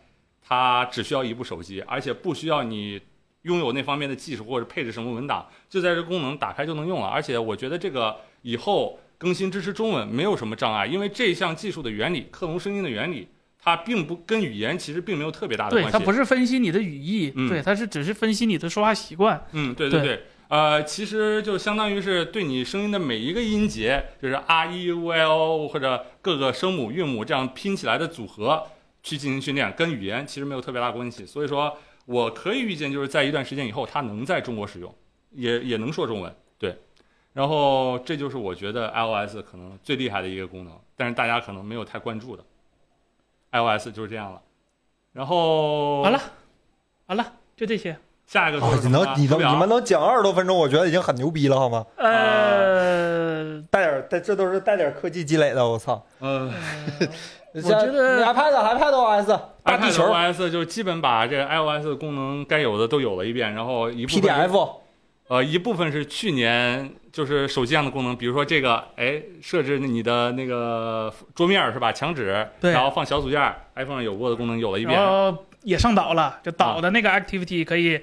[SPEAKER 3] 它只需要一部手机，而且不需要你拥有那方面的技术或者配置什么文档，就在这功能打开就能用了。而且我觉得这个以后更新支持中文没有什么障碍，因为这项技术的原理，克隆声音的原理，它并不跟语言其实并没有特别大的关
[SPEAKER 2] 对，
[SPEAKER 3] 系。
[SPEAKER 2] 它不是分析你的语义，
[SPEAKER 3] 嗯
[SPEAKER 2] 对，它是只是分析你的说话习惯。
[SPEAKER 3] 嗯，对对
[SPEAKER 2] 对
[SPEAKER 3] 对，呃，其实就相当于是对你声音的每一个音节，就是 r e u i o 或者各个声母、韵母这样拼起来的组合去进行训练，跟语言其实没有特别大关系。所以说，我可以预见，就是在一段时间以后，它能在中国使用，也也能说中文。对，然后这就是我觉得 iOS 可能最厉害的一个功能，但是大家可能没有太关注的。iOS 就是这样了，然后
[SPEAKER 2] 好了，好了，就这些。
[SPEAKER 3] 下一个说
[SPEAKER 1] 哦
[SPEAKER 3] 什
[SPEAKER 1] 你
[SPEAKER 3] 么
[SPEAKER 1] 能
[SPEAKER 2] 啊
[SPEAKER 3] 呢
[SPEAKER 1] 你能
[SPEAKER 3] 手表
[SPEAKER 1] 你们能讲二十多分钟，我觉得已经很牛逼了，好吗？
[SPEAKER 3] 啊
[SPEAKER 2] 呃，
[SPEAKER 1] 带点带这都是带点科技积累的，我操！
[SPEAKER 3] 呃。
[SPEAKER 1] 我
[SPEAKER 2] 觉得
[SPEAKER 1] iPad iPad OS 大地球
[SPEAKER 3] iOS 就基本把这个 iOS 的功能该有的都有了一遍，然后一部分
[SPEAKER 1] PDF
[SPEAKER 3] 呃一部分是去年就是手机上的功能，比如说这个哎设置你的那个桌面儿是吧，墙纸，
[SPEAKER 2] 对
[SPEAKER 3] 然后放小组件儿，iPhone 上有过的功能有了一遍
[SPEAKER 1] 哦
[SPEAKER 2] 然，后也上岛了，就岛的那个 activity 可以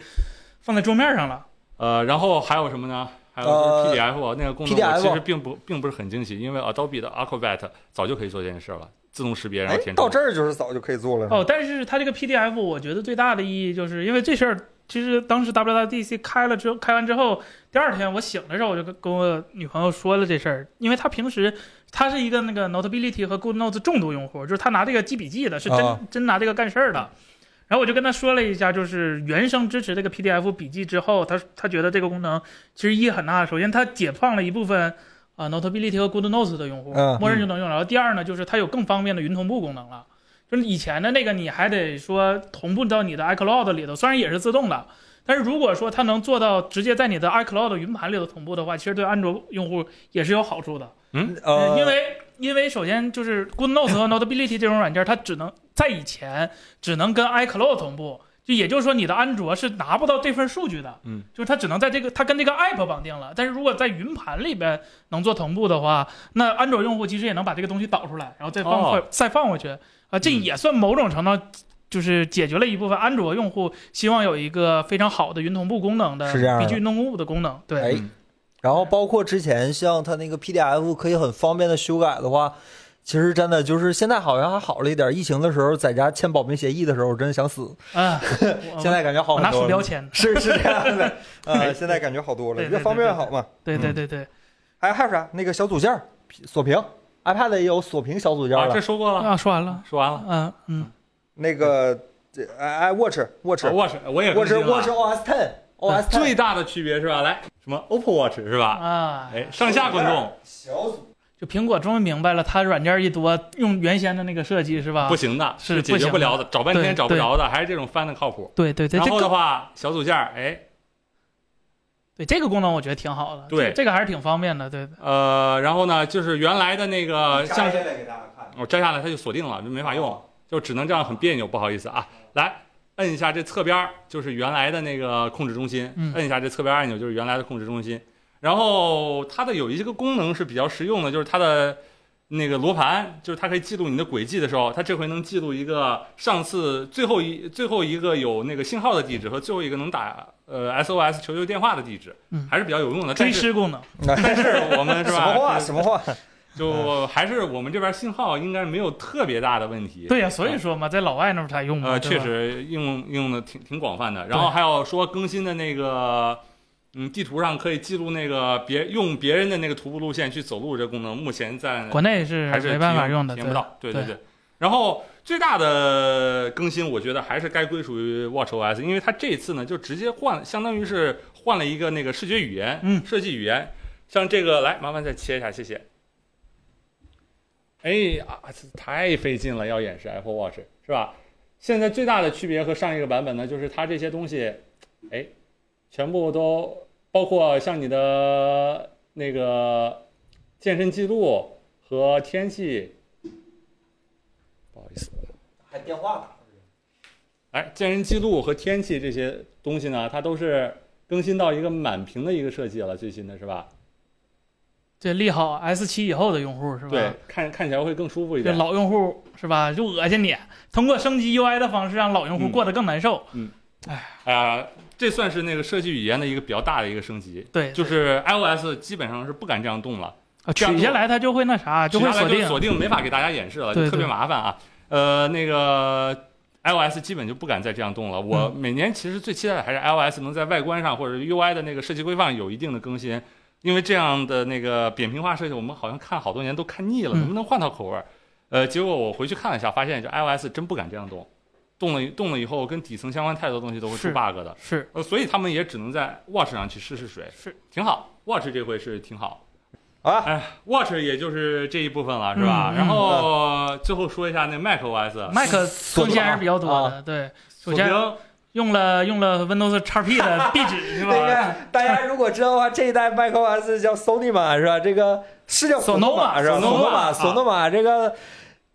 [SPEAKER 2] 放在桌面上了。
[SPEAKER 3] 呃，然后还有什么呢？还有
[SPEAKER 1] 呃
[SPEAKER 3] 就是 PDF、那个功能，我
[SPEAKER 1] PDF
[SPEAKER 3] 其实并不并不是很惊喜，因为 Adobe 的 Acrobat 早就可以做这件事了，自动识别然
[SPEAKER 1] 哎
[SPEAKER 3] 后填，充。
[SPEAKER 1] 到这儿就是早就可以做了。
[SPEAKER 2] 哦，但是它这个 PDF，我觉得最大的意义就是因为这事儿，其实当时 WWDC 开了之后，开完之后，第二天我醒的时候，我就跟跟我女朋友说了这事儿，因为她平时她是一个那个 Notability 和 GoodNotes 重度用户，就是她拿这个记笔记的，是真、
[SPEAKER 1] 啊
[SPEAKER 2] 真拿这个干事儿的。然后我就跟她说了一下，就是原生支持这个 PDF 笔记之后，她她觉得这个功能其实意义很大。首先，它解放了一部分啊 Notability 和 Good Notes 的用户
[SPEAKER 1] 嗯，
[SPEAKER 2] 默认就能用了。然后第二呢，就是它有更方便的云同步功能了。就是以前的那个，你还得说同步到你的 iCloud 里头，虽然也是自动的，但是如果说它能做到直接在你的 iCloud 云盘里头同步的话，其实对安卓用户也是有好处的。
[SPEAKER 1] 呃，
[SPEAKER 2] 因为因为首先就是 Good Notes 和 Notability 这种软件，它只能在以前只能跟 iCloud 同步，就也就是说你的安卓是拿不到这份数据的，
[SPEAKER 3] 嗯，
[SPEAKER 2] 就是它只能在这个它跟这个 App 绑定了，但是如果在云盘里边能做同步的话，那安卓用户其实也能把这个东西导出来，然后再放回、
[SPEAKER 3] 哦
[SPEAKER 2] 再放回去啊、这
[SPEAKER 3] 嗯
[SPEAKER 2] 也算某种程度。就是解决了一部分安卓用户希望有一个非常好的云同步功能的，
[SPEAKER 1] 是这样的
[SPEAKER 2] 比云同步的功能，对，
[SPEAKER 1] 哎
[SPEAKER 3] 嗯，
[SPEAKER 1] 然后包括之前像它那个 PDF 可以很方便的修改的话，其实真的就是现在好像还好了一点。疫情的时候在家签保密协议的时候，我真的想死。
[SPEAKER 2] 啊，
[SPEAKER 1] 现在感觉好
[SPEAKER 2] 我
[SPEAKER 1] 很
[SPEAKER 2] 哦拿
[SPEAKER 1] 多
[SPEAKER 2] 鼠标
[SPEAKER 1] 了。
[SPEAKER 2] 签，
[SPEAKER 1] 是是这样的，呃，
[SPEAKER 3] 哎
[SPEAKER 1] 现在感觉好多了，
[SPEAKER 2] 对对
[SPEAKER 1] 越方便越好嘛。
[SPEAKER 2] 对对对对，
[SPEAKER 1] 还还有啥？那个小组件儿锁屏，iPad 也有锁屏小组件
[SPEAKER 3] 啊，
[SPEAKER 1] 了。
[SPEAKER 3] 这说过了，
[SPEAKER 2] 啊，说完了，
[SPEAKER 3] 说完了。
[SPEAKER 2] 嗯嗯，
[SPEAKER 1] 那个这哎哎 Watch Watch
[SPEAKER 3] 啊 Watch 我也更
[SPEAKER 1] ，Watch
[SPEAKER 3] 新了
[SPEAKER 1] Watch OS Ten 哦 OS
[SPEAKER 3] 最
[SPEAKER 1] Ten
[SPEAKER 3] 大的区别是吧？来，什么 OPPO Watch 是吧？
[SPEAKER 2] 啊，
[SPEAKER 3] 哎，上下滚动
[SPEAKER 1] 小组
[SPEAKER 2] 就苹果终于明白了，它软件一多，用原先的那个设计是吧？
[SPEAKER 3] 不，行的，
[SPEAKER 2] 是
[SPEAKER 3] 解决不了的，找半
[SPEAKER 2] 对
[SPEAKER 3] 天找不着的，还是这种翻的靠谱。
[SPEAKER 2] 对对对，
[SPEAKER 3] 然
[SPEAKER 2] 这
[SPEAKER 3] 后的
[SPEAKER 2] 个
[SPEAKER 3] 话，小组件儿，哎，
[SPEAKER 2] 对这个功能我觉得挺好的，
[SPEAKER 3] 对
[SPEAKER 2] 这个这个还是挺方便的，对对
[SPEAKER 3] 呃，然后呢，就是原来的那
[SPEAKER 1] 呃
[SPEAKER 3] 个像是
[SPEAKER 1] 来给大家看。
[SPEAKER 3] 我摘下来它就锁定了，就没法用，就只能这样很别扭，不好意思啊。来，摁一下这侧边儿就是原来的那个控制中心，
[SPEAKER 2] 嗯
[SPEAKER 3] 摁一下这侧边按钮就是原来的控制中心。然后它的有一个功能是比较实用的，就是它的那个罗盘，就是它可以记录你的轨迹的时候，它这回能记录一个上次最后一最后一个有那个信号的地址和最后一个能打呃 SOS 求救电话的地址
[SPEAKER 2] 嗯，
[SPEAKER 3] 还是比较有用的。但
[SPEAKER 2] 追
[SPEAKER 3] 是
[SPEAKER 2] 尸功能，
[SPEAKER 3] 但是我们是
[SPEAKER 1] 什
[SPEAKER 3] 吧？
[SPEAKER 1] 么话？
[SPEAKER 3] 就是
[SPEAKER 1] 什么话？
[SPEAKER 3] 就还是我们这边信号应该没有特别大的问题。
[SPEAKER 2] 对呀，所以说嘛，在老外那儿才用嘛，
[SPEAKER 3] 啊呃，
[SPEAKER 2] 嗯对
[SPEAKER 3] 确
[SPEAKER 2] 吧，
[SPEAKER 3] 实应用应用的挺挺广泛的。然后还有说更新的那个，嗯，地图上可以记录那个别用别人的那个徒步路线去走路这功能，目前在
[SPEAKER 2] 国内是
[SPEAKER 3] 还是
[SPEAKER 2] 没办法
[SPEAKER 3] 体验
[SPEAKER 2] 用的，
[SPEAKER 3] 体
[SPEAKER 2] 对
[SPEAKER 3] 验不到。对
[SPEAKER 2] 对
[SPEAKER 3] 对。然后最大的更新，我觉得还是该归属于 WatchOS，因为它这次呢就直接换，相当于是换了一个那个视觉语言，
[SPEAKER 2] 嗯
[SPEAKER 3] 设计语言。像这个，来，麻烦再切一下，谢谢。哎呀，太费劲了，要演示 Apple Watch 是吧？现在最大的区别和上一个版本呢，就是它这些东西，哎，全部都包括像你的那个健身记录和天气，不好意思，
[SPEAKER 1] 还电话打？
[SPEAKER 3] 哎，健身记录和天气这些东西呢，它都是更新到一个满屏的一个设计了，最新的是吧？
[SPEAKER 2] 这利好 S 7以后的用户是吧？
[SPEAKER 3] 对，，啊看看起来会更舒服一
[SPEAKER 2] 这
[SPEAKER 3] 点。
[SPEAKER 2] 老用户是吧，就恶心你，通过升级 UI 的方式让老用户
[SPEAKER 3] 嗯
[SPEAKER 2] 过得更难受，
[SPEAKER 3] 啊、这算是那个设计语言的一个比较大的一个升级，
[SPEAKER 2] 对，
[SPEAKER 3] 就
[SPEAKER 2] 对
[SPEAKER 3] 是 iOS 基本上是不敢这样动了。
[SPEAKER 2] 啊
[SPEAKER 3] 这样
[SPEAKER 2] 取
[SPEAKER 3] 做
[SPEAKER 2] 下来它就会那啥，
[SPEAKER 3] 就
[SPEAKER 2] 会
[SPEAKER 3] 下
[SPEAKER 2] 锁
[SPEAKER 3] 来就
[SPEAKER 2] 定，
[SPEAKER 3] 锁定，没法给大家演示了，
[SPEAKER 2] 对
[SPEAKER 3] 就特别麻烦啊。呃，那个 iOS 基本就不敢再这样动了。
[SPEAKER 2] 嗯
[SPEAKER 3] 我每年其实最期待的还是 iOS 能在外观上或者 UI 的那个设计规范有一定的更新，因为这样的那个扁平化设计，我们好像看好多年都看腻了，
[SPEAKER 2] 嗯
[SPEAKER 3] 能不能换套口味儿？呃，结果我回去看了一下，发现就 iOS 真不敢这样动，动了动了以后，跟底层相关太多东西都会出
[SPEAKER 2] 是
[SPEAKER 3] bug 的。
[SPEAKER 2] 是
[SPEAKER 3] 呃，所以他们也只能在 Watch 上去试试水，
[SPEAKER 2] 是
[SPEAKER 3] 挺好。Watch 这回是挺好。
[SPEAKER 1] 好啊了
[SPEAKER 3] 哎，Watch 也就是这一部分了，是吧？
[SPEAKER 2] 嗯嗯
[SPEAKER 3] 然后最后说一下那 macOS，
[SPEAKER 2] Mac
[SPEAKER 1] 锁定
[SPEAKER 2] 更新还
[SPEAKER 1] 啊
[SPEAKER 2] 是比较多
[SPEAKER 1] 啊
[SPEAKER 2] 的，对，首
[SPEAKER 3] 锁
[SPEAKER 2] 先
[SPEAKER 3] 屏
[SPEAKER 2] 用了用了 Windows XP 的壁 纸是
[SPEAKER 1] 那
[SPEAKER 2] 吧？
[SPEAKER 1] 个大家如果知道的话，这一代 macOS 叫 Sony 嘛是吧？这个是叫
[SPEAKER 2] Sonoma，
[SPEAKER 1] 是吧
[SPEAKER 3] Sonoma，
[SPEAKER 1] ？Sonoma，Sonoma 这个。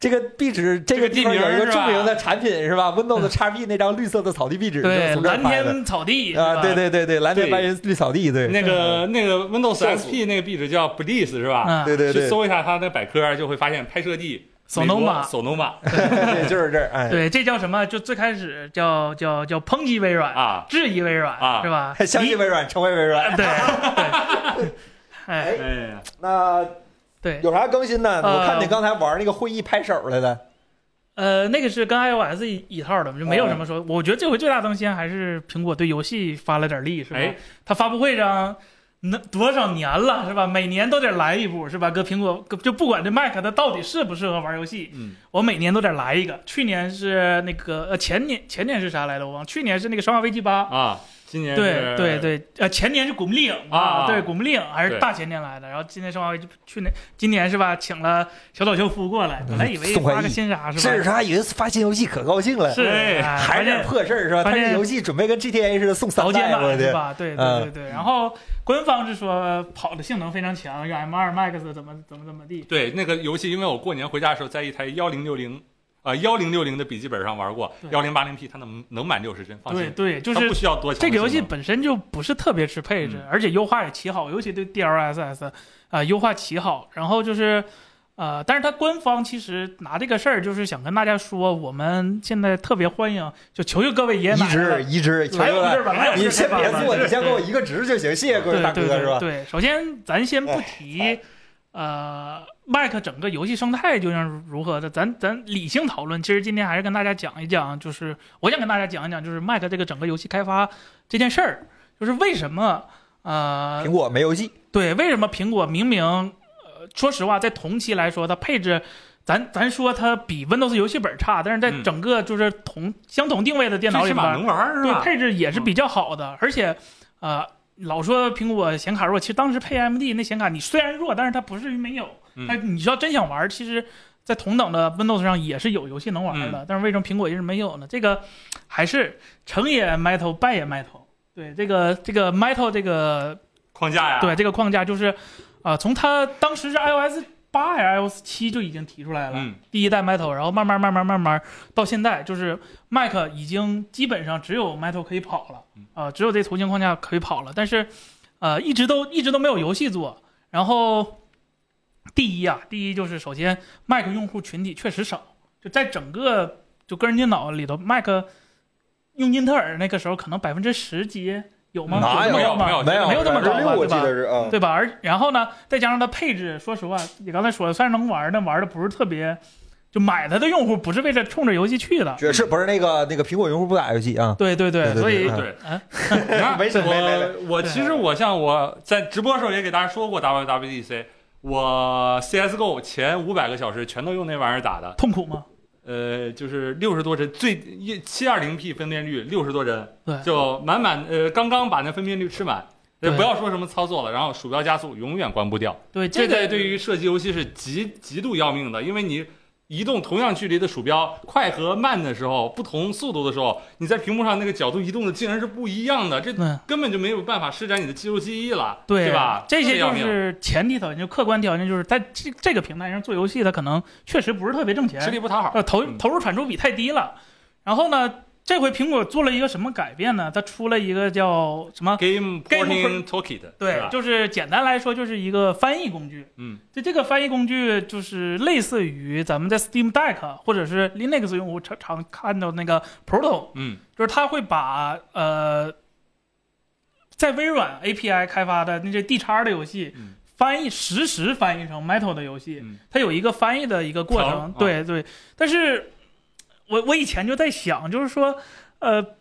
[SPEAKER 1] 这个壁纸，这个
[SPEAKER 3] 这个
[SPEAKER 1] 地方
[SPEAKER 3] 地
[SPEAKER 1] 有
[SPEAKER 3] 名
[SPEAKER 1] 一个
[SPEAKER 3] 是
[SPEAKER 1] 著
[SPEAKER 3] 吧
[SPEAKER 1] 名的产品是吧？Windows XP 那张绿色的草地壁纸，就是
[SPEAKER 2] 对，
[SPEAKER 1] 从这儿
[SPEAKER 2] 蓝
[SPEAKER 1] 拍的
[SPEAKER 2] 天草地
[SPEAKER 1] 啊，对，
[SPEAKER 2] 是吧
[SPEAKER 1] 对对对，蓝天
[SPEAKER 3] 对
[SPEAKER 1] 白云绿草地，对，
[SPEAKER 3] 那个那个 Windows
[SPEAKER 1] 搜索
[SPEAKER 3] XP 那个壁纸叫 Bliss 是吧？
[SPEAKER 2] 嗯，
[SPEAKER 1] 对对
[SPEAKER 3] 去
[SPEAKER 1] 对，
[SPEAKER 3] 搜一下它的百科，就会发现拍摄地
[SPEAKER 2] Sonoma
[SPEAKER 3] Sonoma
[SPEAKER 1] 对，就是这儿，哎，
[SPEAKER 2] 对，这叫什么？就最开始叫叫叫抨击微软，
[SPEAKER 3] 啊，
[SPEAKER 2] 质疑微软，
[SPEAKER 3] 啊
[SPEAKER 2] 是吧？
[SPEAKER 1] 相信微软，成为微软。
[SPEAKER 2] 对对， 哎
[SPEAKER 3] 哎呀，
[SPEAKER 1] 那
[SPEAKER 2] 对，
[SPEAKER 1] 有啥更新呢？
[SPEAKER 2] 呃
[SPEAKER 1] 我看你刚才玩那个会议拍手来的，
[SPEAKER 2] 呃，那个是跟 iOS 一一套的，就没有什么
[SPEAKER 1] 啊
[SPEAKER 2] 说。我觉得这回最大更新还是苹果对游戏发了点力，是吧？
[SPEAKER 3] 哎
[SPEAKER 2] 它发布会上。那多少年了是吧？每年都得来一部是吧？搁苹果搁就不管这 Mac 它到底适不适合玩游戏，
[SPEAKER 3] 嗯，
[SPEAKER 2] 我每年都得来一个。去年是那个呃前年前年是啥来着？我忘了。去年是那个《生化危机八》，
[SPEAKER 3] 啊，今年
[SPEAKER 2] 对
[SPEAKER 3] 是
[SPEAKER 2] 对对，呃，前年是古墓丽影
[SPEAKER 3] 啊
[SPEAKER 2] 对，古墓丽影还是
[SPEAKER 3] 对
[SPEAKER 2] 大前年来的，然后今年生化危机去年今年是吧，请了小岛秀夫过来，本来以为
[SPEAKER 1] 宋怀
[SPEAKER 2] 发个
[SPEAKER 1] 义
[SPEAKER 2] 新啥是
[SPEAKER 1] 甚至
[SPEAKER 2] 吧？
[SPEAKER 1] 他以为发新游戏可高兴了，
[SPEAKER 2] 是，
[SPEAKER 3] 哎
[SPEAKER 2] 哎
[SPEAKER 1] 还是
[SPEAKER 2] 发现
[SPEAKER 1] 破事儿是吧？他
[SPEAKER 2] 发现
[SPEAKER 1] 这游戏准备跟 GTA 似的送
[SPEAKER 2] 刀
[SPEAKER 1] 三
[SPEAKER 2] 尖
[SPEAKER 1] 代，我
[SPEAKER 2] 版是
[SPEAKER 1] 的
[SPEAKER 2] 吧？对对
[SPEAKER 1] 嗯
[SPEAKER 2] 对对。然后官方是说呃跑的性能非常强，用 M2 Max 怎么怎么怎么地。
[SPEAKER 3] 对那个游戏，因为我过年回家的时候，在一台幺零六零啊幺零六零的笔记本上玩过，
[SPEAKER 2] 对
[SPEAKER 3] 幺零八零 P 它能能满六十帧，放
[SPEAKER 2] 对
[SPEAKER 3] 心，
[SPEAKER 2] 对，就
[SPEAKER 3] 它
[SPEAKER 2] 是
[SPEAKER 3] 不需要多强的
[SPEAKER 2] 这个游戏
[SPEAKER 3] 性能
[SPEAKER 2] 本身就不是特别吃配置，
[SPEAKER 3] 嗯
[SPEAKER 2] 而且优化也奇好，尤其对 DLSS 啊、优化奇好。然后就是，呃，但是它官方其实拿这个事儿就是想跟大家说，我们现在特别欢迎，就求求各位爷爷
[SPEAKER 1] 移
[SPEAKER 2] 奶奶
[SPEAKER 1] 植
[SPEAKER 2] 了，
[SPEAKER 1] 移植，求
[SPEAKER 2] 来
[SPEAKER 1] 求
[SPEAKER 2] 我们这
[SPEAKER 1] 了
[SPEAKER 2] 儿吧，来我 们这
[SPEAKER 1] 你
[SPEAKER 2] 儿
[SPEAKER 1] 先
[SPEAKER 2] 吧
[SPEAKER 1] 别
[SPEAKER 2] 来
[SPEAKER 1] 做，
[SPEAKER 2] 对
[SPEAKER 1] 你先给我一个值就行，谢谢各位
[SPEAKER 2] 对
[SPEAKER 1] 大
[SPEAKER 2] 对
[SPEAKER 1] 哥
[SPEAKER 2] 对
[SPEAKER 1] 是吧？哎
[SPEAKER 2] 对，首先咱先不提，呃，Mac 整个游戏生态究竟如何的，咱咱理性讨论。其实今天还是跟大家讲一讲，就是我想跟大家讲一讲，就是 Mac 这个整个游戏开发这件事儿，就是为什么呃
[SPEAKER 1] 苹，果没游戏，
[SPEAKER 2] 对，为什么苹果明明，呃，说实话，在同期来说，它配置。咱咱说它比 Windows 游戏本差，但是在
[SPEAKER 3] 嗯
[SPEAKER 2] 整个就是同、相同定位的电脑
[SPEAKER 3] 最
[SPEAKER 2] 里
[SPEAKER 3] 起
[SPEAKER 2] 边，
[SPEAKER 3] 码能玩儿是
[SPEAKER 2] 对
[SPEAKER 3] 吧？
[SPEAKER 2] 配置也是比较好的，而且呃，老说苹果显卡弱，其实当时配 AMD 那显卡，你虽然弱，但是它不至于没有。
[SPEAKER 3] 嗯
[SPEAKER 2] 但是你要真想玩，其实，在同等的 Windows 上也是有游戏能玩的，但是为什么苹果一直没有呢？这个还是成也 Metal，败也 Metal。对，这个这个 Metal 这个
[SPEAKER 3] 框架呀，
[SPEAKER 2] 对，这个框架就是，呃，从它当时是 iOS 八还是 iOS 七就已经提出来了，
[SPEAKER 3] 嗯
[SPEAKER 2] 第一代 Metal，然后慢慢慢慢慢慢到现在，就是 Mac 已经基本上只有 Metal 可以跑了
[SPEAKER 3] 嗯，
[SPEAKER 2] 啊、只有这图形框架可以跑了，但是，呃，一直都一直都没有游戏做，然后。第一啊，第一就是首先，Mac 用户群体确实少，就在整个就个人电脑里头，Mac 用英特尔那个时候可能百分之十几有吗？
[SPEAKER 1] 哪有
[SPEAKER 2] 有这么高吗
[SPEAKER 3] 嗯没有
[SPEAKER 1] 有
[SPEAKER 2] 没有这么高
[SPEAKER 1] 六，
[SPEAKER 2] 吧
[SPEAKER 1] 我
[SPEAKER 2] 对
[SPEAKER 1] 记
[SPEAKER 2] 吧
[SPEAKER 1] 得是啊，
[SPEAKER 2] 对吧？而然后呢，再加上它配置，说实话，你刚才说了，虽然能玩，但玩的不是特别，就买它的用户不是为了冲着游戏去的。
[SPEAKER 1] 爵士不是那个那个苹果用户不打游戏啊，
[SPEAKER 2] 对对
[SPEAKER 1] 对对
[SPEAKER 2] 所以
[SPEAKER 1] 嗯
[SPEAKER 3] 对
[SPEAKER 2] 嗯，
[SPEAKER 3] 你 看
[SPEAKER 1] 没事没没
[SPEAKER 3] 我我其实我像我在直播的时候也给大家说过 WWDC，我 CSGO 前五百个小时全都用那玩意儿打的，
[SPEAKER 2] 痛苦吗？
[SPEAKER 3] 呃，就是六十多帧，最一七二零 P 分辨率六十多帧，
[SPEAKER 2] 对
[SPEAKER 3] 就满满呃刚刚把那分辨率吃满。呃
[SPEAKER 2] 对
[SPEAKER 3] 不要说什么操作了，然后鼠标加速永远关不掉，
[SPEAKER 2] 对这
[SPEAKER 3] 这
[SPEAKER 2] 个
[SPEAKER 3] 个对于射击游戏是极极度要命的，因为你移动同样距离的鼠标快和慢的时候，不同速度的时候，你在屏幕上那个角度移动的竟然是不一样的，这
[SPEAKER 2] 嗯
[SPEAKER 3] 根本就没有办法施展你的肌肉记忆了，
[SPEAKER 2] 对
[SPEAKER 3] 是吧？
[SPEAKER 2] 这些
[SPEAKER 3] 要
[SPEAKER 2] 就
[SPEAKER 3] 命。
[SPEAKER 2] 是前提条件，就客观条件，就是在这这个平台上做游戏，它可能确实不是特别挣钱，
[SPEAKER 3] 吃力不讨好，
[SPEAKER 2] 呃，投
[SPEAKER 3] 嗯
[SPEAKER 2] 投入产出比太低了。然后呢，这回苹果做了一个什么改变呢？它出了一个叫什么？
[SPEAKER 3] Game Porting Toolkit，是
[SPEAKER 2] 对
[SPEAKER 3] 吧，
[SPEAKER 2] 就是简单来说，就是一个翻译工具。
[SPEAKER 3] 嗯
[SPEAKER 2] 就这个翻译工具，就是类似于咱们在 Steam Deck 或者是 Linux 用户常常看到那个 Proto，
[SPEAKER 3] 嗯
[SPEAKER 2] 就是它会把呃，在微软 API 开发的那些 D 叉的游戏
[SPEAKER 3] 嗯，
[SPEAKER 2] 翻译实时翻译成 Metal 的游戏，
[SPEAKER 3] 嗯，
[SPEAKER 2] 它有一个翻译的一个过
[SPEAKER 3] 槽
[SPEAKER 2] 程
[SPEAKER 3] 啊。
[SPEAKER 2] 对对，但是我我以前就在想，就是说，呃，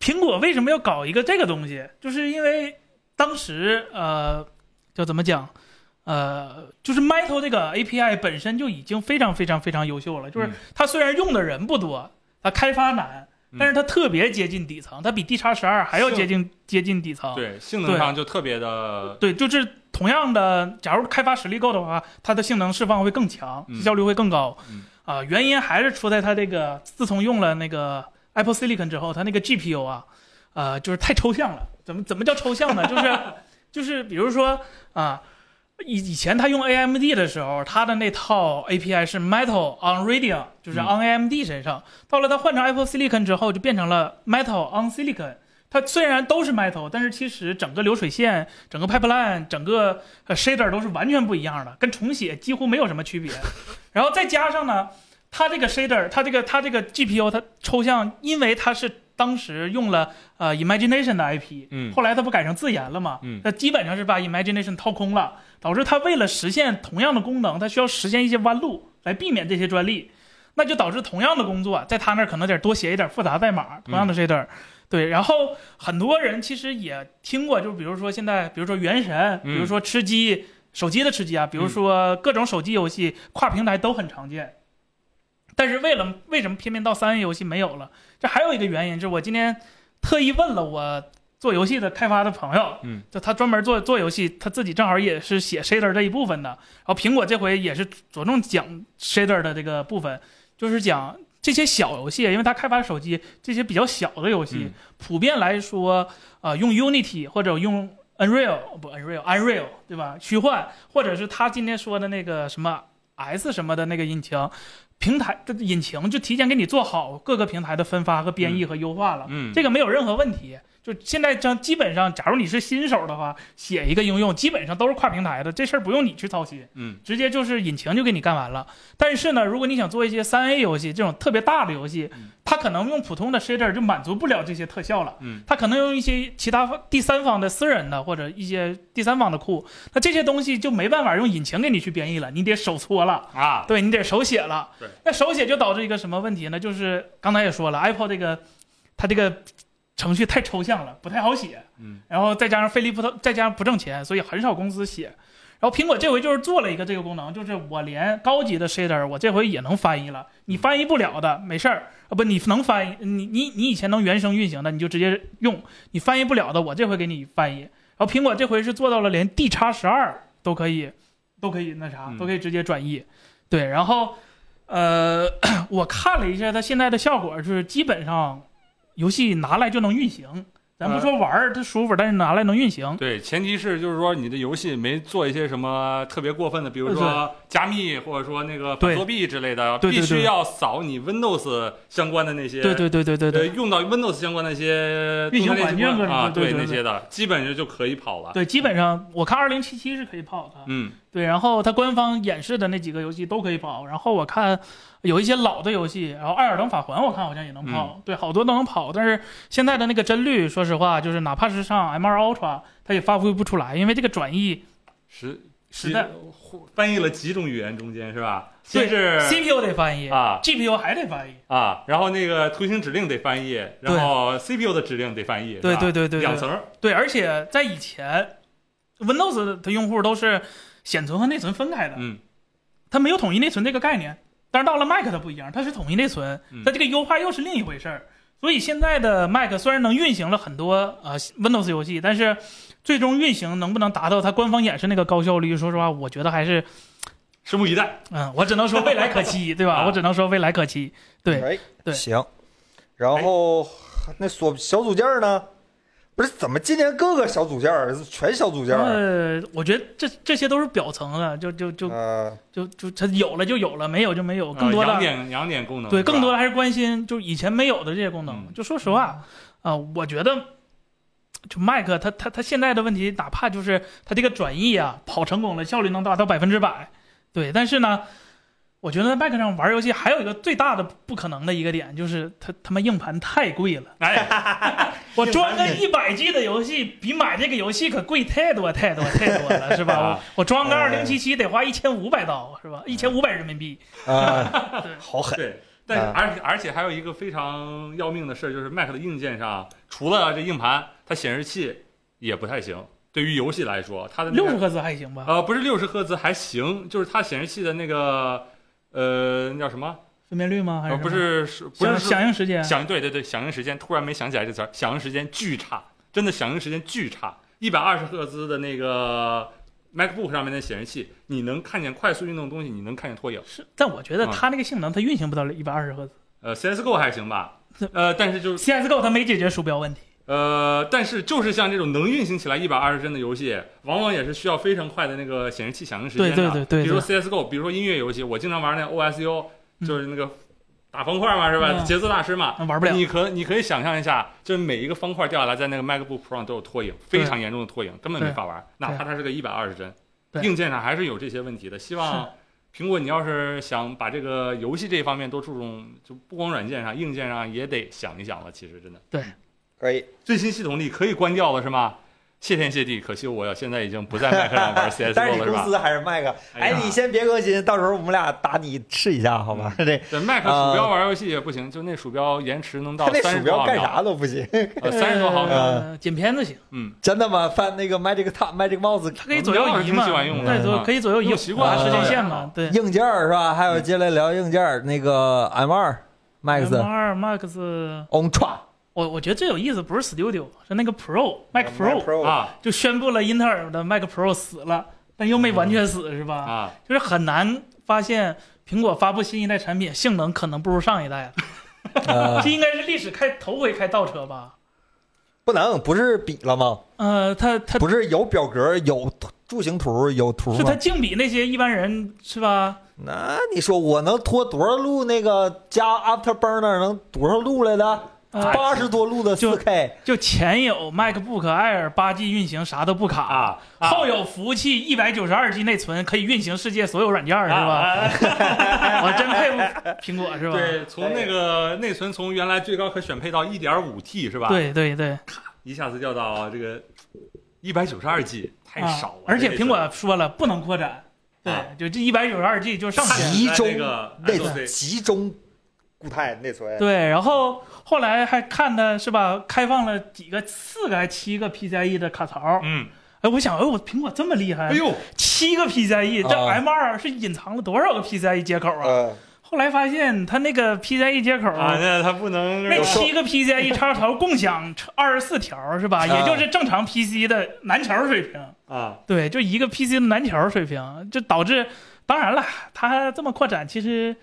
[SPEAKER 2] 苹果为什么要搞一个这个东西？就是因为当时呃，叫怎么讲？呃，就是 Metal 这个 API 本身就已经非常非常非常优秀了，就是
[SPEAKER 3] 嗯
[SPEAKER 2] 它虽然用的人不多，它开发难，
[SPEAKER 3] 嗯
[SPEAKER 2] 但是它特别接近底层，它比 D 叉十二还要
[SPEAKER 3] 是
[SPEAKER 2] 接近接近底层。
[SPEAKER 3] 对，性能上就特别的，
[SPEAKER 2] 对，就是同样的，假如开发实力够的话，它的性能释放会更强，
[SPEAKER 3] 嗯
[SPEAKER 2] 效率会更高。啊、
[SPEAKER 3] 嗯
[SPEAKER 2] 原因还是出在它这个，自从用了那个 Apple Silicon 之后，它那个 GPU 啊，呃，就是太抽象了。怎么怎么叫抽象呢？就是就是比如说啊。以以前它用 AMD 的时候，它的那套 API 是 Metal on Radeon，就是
[SPEAKER 3] 嗯
[SPEAKER 2] on AMD 身上。到了它换成 Apple Silicon 之后，就变成了 Metal on Silicon。它虽然都是 Metal，但是其实整个流水线、整个 pipeline、整个呃 shader 都是完全不一样的，跟重写几乎没有什么 区别。然后再加上呢，它这个 shader，它这个它这个 GPU，它抽象，因为它是当时用了呃 imagination 的 IP，
[SPEAKER 3] 嗯
[SPEAKER 2] 后来它不改成自研了嘛，
[SPEAKER 3] 嗯
[SPEAKER 2] 那基本上是把 imagination 掏空了，导致它为了实现同样的功能，它需要实现一些弯路来避免这些专利，那就导致同样的工作在它那儿可能得多写一点复杂代码，同样
[SPEAKER 3] 嗯
[SPEAKER 2] 的 shader，、对，然后很多人其实也听过，就比如说现在，比如说《原神》，
[SPEAKER 3] 嗯
[SPEAKER 2] 比如说吃鸡、手机的吃鸡啊，比如说各种手机游戏，跨平台都很常见。但是为了为什么偏偏到三 A 游戏没有了？这还有一个原因，就是我今天特意问了我做游戏的开发的朋友，
[SPEAKER 3] 嗯，
[SPEAKER 2] 就他专门做做游戏，他自己正好也是写 shader 这一部分的。然后苹果这回也是着重讲 shader 的这个部分，就是讲这些小游戏，因为他开发手机这些比较小的游戏，
[SPEAKER 3] 嗯
[SPEAKER 2] 普遍来说，呃，用 Unity 或者用 Unreal 不 Unreal Unreal 对吧？虚幻，或者是他今天说的那个什么 S 什么的那个引擎。平台的引擎就提前给你做好各个平台的分发和编译和优化了，
[SPEAKER 3] 嗯
[SPEAKER 2] 这个没有任何问题。就现在这基本上，假如你是新手的话，写一个应用基本上都是跨平台的，这事儿不用你去操心，
[SPEAKER 3] 嗯，
[SPEAKER 2] 直接就是引擎就给你干完了。但是呢，如果你想做一些三 A 游戏这种特别大的游戏
[SPEAKER 3] 嗯，
[SPEAKER 2] 它可能用普通的 shader 就满足不了这些特效了。
[SPEAKER 3] 嗯，
[SPEAKER 2] 它可能用一些其他方第三方的私人的或者一些第三方的库，那这些东西就没办法用引擎给你去编译了，你得手搓了。
[SPEAKER 3] 啊，
[SPEAKER 2] 对你得手写了。
[SPEAKER 3] 对，
[SPEAKER 2] 那手写就导致一个什么问题呢？就是刚才也说了，Apple 这个它这个程序太抽象了，不太好写。
[SPEAKER 3] 嗯，
[SPEAKER 2] 然后再加上费力不讨，再加上不挣钱，所以很少公司写。然后苹果这回就是做了一个这个功能，就是我连高级的 shader 我这回也能翻译了，
[SPEAKER 3] 嗯
[SPEAKER 2] 你翻译不了的没事儿啊，不你能翻译，你你你以前能原生运行的你就直接用，你翻译不了的我这回给你翻译。然后苹果这回是做到了连 D 叉十二都可以，都可以那啥
[SPEAKER 3] 嗯，
[SPEAKER 2] 都可以直接转译。对，然后呃， 我看了一下它现在的效果，是基本上游戏拿来就能运行。咱
[SPEAKER 3] 嗯
[SPEAKER 2] 不说玩儿它舒服，但是拿来能运 行。
[SPEAKER 3] 对，前提是就是说你的游戏没做一些什么特别过分的，比如说加密或者说那个反
[SPEAKER 2] 呃对
[SPEAKER 3] 作弊之类的，
[SPEAKER 2] 对对
[SPEAKER 3] 必须
[SPEAKER 2] 对
[SPEAKER 3] 要扫你 Windows 相关的那些，
[SPEAKER 2] 对对对对对
[SPEAKER 3] 呃，
[SPEAKER 2] 对
[SPEAKER 3] 用到 Windows 相关的那些
[SPEAKER 2] 运行环境
[SPEAKER 3] 动态链接
[SPEAKER 2] 各
[SPEAKER 3] 啊，
[SPEAKER 2] 种对对
[SPEAKER 3] 那
[SPEAKER 2] 对
[SPEAKER 3] 些的，基本上就可以跑了。
[SPEAKER 2] 对，基本上我看二零七七是可以跑的。
[SPEAKER 3] 嗯
[SPEAKER 2] 对，然后它官方演示的那几个游戏都可以跑，然后我看有一些老的游戏，然后《艾尔登法环》我看好像也能跑，
[SPEAKER 3] 嗯
[SPEAKER 2] 对，好多都能跑。但是现在的那个帧率，说实话，就是哪怕是上 M2 Ultra，它也发挥不出来，因为这个转译
[SPEAKER 3] 十
[SPEAKER 2] 实在
[SPEAKER 3] 翻译了几种语言中间是吧？
[SPEAKER 2] 对
[SPEAKER 3] 先是
[SPEAKER 2] CPU 得翻译
[SPEAKER 3] 呃啊
[SPEAKER 2] GPU 还得翻译。
[SPEAKER 3] 啊，然后那个图形指令得翻译，然后 CPU 的指令得翻译，是
[SPEAKER 2] 对
[SPEAKER 3] 吧
[SPEAKER 2] 对对对
[SPEAKER 3] 两
[SPEAKER 2] 对
[SPEAKER 3] 层儿
[SPEAKER 2] 对，而且在以前，Windows 的用户都是显存和内存分开的，
[SPEAKER 3] 嗯
[SPEAKER 2] 它没有统一内存这个概念。但是到了 Mac 它不一样，它是统一内存
[SPEAKER 3] 嗯，
[SPEAKER 2] 它这个优化又是另一回事儿。所以现在的 Mac 虽然能运行了很多呃 Windows 游戏，但是最终运行能不能达到它官方演示那个高效率，说实话，我觉得还是，
[SPEAKER 3] 拭目以待。
[SPEAKER 2] 嗯，我只能说未来可期，对
[SPEAKER 3] 啊
[SPEAKER 2] 吧？我只能说未来可期。对
[SPEAKER 1] 哎，
[SPEAKER 2] 对
[SPEAKER 1] 行。然后那所小组件儿呢？不是怎么今年各个小组件儿全小组件儿？
[SPEAKER 2] 呃，我觉得这这些都是表层的，就就就
[SPEAKER 1] 呃，
[SPEAKER 2] 就就它有了就有了，没有就没有，哦更多
[SPEAKER 3] 啊
[SPEAKER 2] 的
[SPEAKER 3] 养点养点功能，
[SPEAKER 2] 对，
[SPEAKER 3] 是吧
[SPEAKER 2] 更多的还是关心就是以前没有的这些功能。
[SPEAKER 3] 嗯
[SPEAKER 2] 就说实话，啊、我觉得就麦克他他他现在的问题，哪怕就是他这个转译啊跑成功了，效率能达到百分之百，对，但是呢。我觉得在麦克上玩游戏还有一个最大的不可能的一个点，就是它他妈硬盘太贵了。
[SPEAKER 3] 哎，
[SPEAKER 2] 我装个一百 G 的游戏，比买这个游戏可贵太多太多太多了，是吧？
[SPEAKER 3] 啊
[SPEAKER 2] 我我装个
[SPEAKER 3] 哎
[SPEAKER 2] 二零七七得花一千五百刀，是吧？一千五百人民币。
[SPEAKER 1] 啊，
[SPEAKER 2] 对
[SPEAKER 1] 好狠，
[SPEAKER 3] 对。但是
[SPEAKER 1] 啊
[SPEAKER 3] 而且而且还有一个非常要命的事儿，就是 Mac 的硬件上，除了这硬盘，它显示器也不太行。对于游戏来说，它的那
[SPEAKER 2] 六
[SPEAKER 3] 个
[SPEAKER 2] 十赫兹还行吧？
[SPEAKER 3] 呃，不是六十赫兹还行，就是它显示器的那个呃，那叫什么？
[SPEAKER 2] 分辨率吗？还
[SPEAKER 3] 呃，
[SPEAKER 2] 是
[SPEAKER 3] 不
[SPEAKER 2] 什么
[SPEAKER 3] 是是不
[SPEAKER 2] 响
[SPEAKER 3] 是
[SPEAKER 2] 响应时间？
[SPEAKER 3] 响应对对对，响应时间突然没想起来这词儿，响应时间巨差，真的响应时间巨差。一百二十赫兹的那个 MacBook 上面的显示器，你能看见快速运动的东西，你能看见拖影。
[SPEAKER 2] 是，但我觉得
[SPEAKER 3] 啊
[SPEAKER 2] 它那个性能，它运行不到一百二十赫兹。
[SPEAKER 3] 呃，CSGO 还 行吧，呃，但是就是。
[SPEAKER 2] CS:GO 它没解决鼠标问题，
[SPEAKER 3] 呃，但是就是像这种能运行起来一百二十帧的游戏，往往也是需要非常快的那个显示器响应时间的。
[SPEAKER 2] 对对对对
[SPEAKER 3] 比如说 CS:GO，比如说音乐游戏，我经常玩那 OSU，就是那个打方块嘛，是吧？
[SPEAKER 2] 嗯
[SPEAKER 3] 节奏大师嘛，
[SPEAKER 2] 那玩不了。
[SPEAKER 3] 你可你可以想象一下，就是每一个方块掉下来，在那个 MacBook Pro 上都有拖影，非常严重的拖影，根本没法玩。哪怕它是个一百二十帧，
[SPEAKER 2] 对
[SPEAKER 3] 硬件上还是有这些问题的。希望苹果，你要是想把这个游戏这一方面多注重，就不光软件上，硬件上也得想一想了。其实真的，
[SPEAKER 1] 可以。
[SPEAKER 3] 最新系统里可以关掉了是吗？谢天谢地，可惜我现在已经不在 Mac 上玩
[SPEAKER 1] 但是
[SPEAKER 3] CSGO
[SPEAKER 1] 你
[SPEAKER 3] 了是
[SPEAKER 1] 公
[SPEAKER 3] 吧？
[SPEAKER 1] 司还是卖个，
[SPEAKER 3] 哎
[SPEAKER 1] 哎
[SPEAKER 3] 呀，
[SPEAKER 1] 你先别更新，到时候我们俩打你试一下好吗？
[SPEAKER 2] 嗯
[SPEAKER 1] 这
[SPEAKER 3] 对 Mac 鼠标玩游戏也不行，就那鼠标延迟能到
[SPEAKER 1] 他那
[SPEAKER 3] 三
[SPEAKER 1] 鼠
[SPEAKER 3] 十多
[SPEAKER 1] 标
[SPEAKER 3] 毫
[SPEAKER 1] 干
[SPEAKER 3] 秒，
[SPEAKER 1] 啥都不行，
[SPEAKER 3] 呃，三十 多毫秒，
[SPEAKER 2] 呃，剪片子行，
[SPEAKER 3] 嗯，
[SPEAKER 1] 真的吗？翻那个 Magic Top Magic Mouse
[SPEAKER 2] 它可以左右移
[SPEAKER 3] 我们
[SPEAKER 2] 嘛
[SPEAKER 3] 挺喜欢用？的
[SPEAKER 2] 对，左可以左右移呃
[SPEAKER 3] 用习惯
[SPEAKER 1] 了
[SPEAKER 2] 时间线
[SPEAKER 3] 当然
[SPEAKER 2] 嘛。对
[SPEAKER 1] 硬件儿是吧？还有
[SPEAKER 2] 嗯
[SPEAKER 1] 接下来聊硬件儿，那个 M 二 Max
[SPEAKER 2] ，M2 Max
[SPEAKER 1] Ultra
[SPEAKER 2] 我我觉得最有意思不是 Studio，是那个 Pro Mac
[SPEAKER 1] 嗯 Mac Pro
[SPEAKER 3] 啊
[SPEAKER 2] 就宣布了英特尔的 Mac Pro 死了，但又没完全死，是吧？
[SPEAKER 3] 啊，
[SPEAKER 2] 就是很难发现苹果发布新一代产品性能可能不如上一代了，
[SPEAKER 1] 啊
[SPEAKER 2] 这应该是历史开头回开倒车吧？
[SPEAKER 1] 不能不是比了吗？
[SPEAKER 2] 呃，它它
[SPEAKER 1] 不是有表格有柱形图有图
[SPEAKER 2] 是它
[SPEAKER 1] 吗？
[SPEAKER 2] 竞比那些一般人是吧？
[SPEAKER 1] 那你说我能拖多少路？那个加 Afterburner 能多少路来的？
[SPEAKER 2] 啊
[SPEAKER 1] 八十多路的四
[SPEAKER 2] 就
[SPEAKER 1] K
[SPEAKER 2] 就前有 MacBook Air 八 G 运行啥都不卡
[SPEAKER 3] 啊啊
[SPEAKER 2] 后有服务器一百九十二 G 内存可以运行世界所有软件儿是吧？
[SPEAKER 3] 啊
[SPEAKER 2] 我真佩服苹果是吧？
[SPEAKER 3] 对，从那个内存从原来最高可选配到一点五 T 是吧？，
[SPEAKER 2] 对对对，
[SPEAKER 3] 一下子掉到这个一百九十二 G，太
[SPEAKER 2] 啊
[SPEAKER 3] 少了。
[SPEAKER 2] 而且
[SPEAKER 3] 这
[SPEAKER 2] 苹果说了不能扩展，对
[SPEAKER 3] 啊，
[SPEAKER 2] 就这一百九十二 G 就上
[SPEAKER 3] 看
[SPEAKER 2] 限。
[SPEAKER 1] 集中
[SPEAKER 3] 那个
[SPEAKER 1] 内
[SPEAKER 3] SoC
[SPEAKER 1] 集中固态内存，
[SPEAKER 2] 对，然后后来还看的是吧，开放了几个四个还七个 PCIe E 的卡槽。
[SPEAKER 3] 嗯，
[SPEAKER 2] 哎，我想，哎，我苹果这么厉害，啊
[SPEAKER 3] 哎，呦，
[SPEAKER 2] 七个 PCIe，这 E，
[SPEAKER 1] 啊
[SPEAKER 2] M 2是隐藏了多少个 PCIe 接口啊？
[SPEAKER 1] 呃，
[SPEAKER 2] 后来发现它那个 PCIe E 接口
[SPEAKER 3] 啊，那它不能
[SPEAKER 2] 那
[SPEAKER 1] 有时候
[SPEAKER 2] 七个 PCIe E 插槽共享二十四条是吧？
[SPEAKER 1] 啊
[SPEAKER 2] 也就是正常 PC 的南桥水平。
[SPEAKER 3] 啊，
[SPEAKER 2] 对，就一个 PC 的南桥水平，就导致，当然了，它这么扩展其实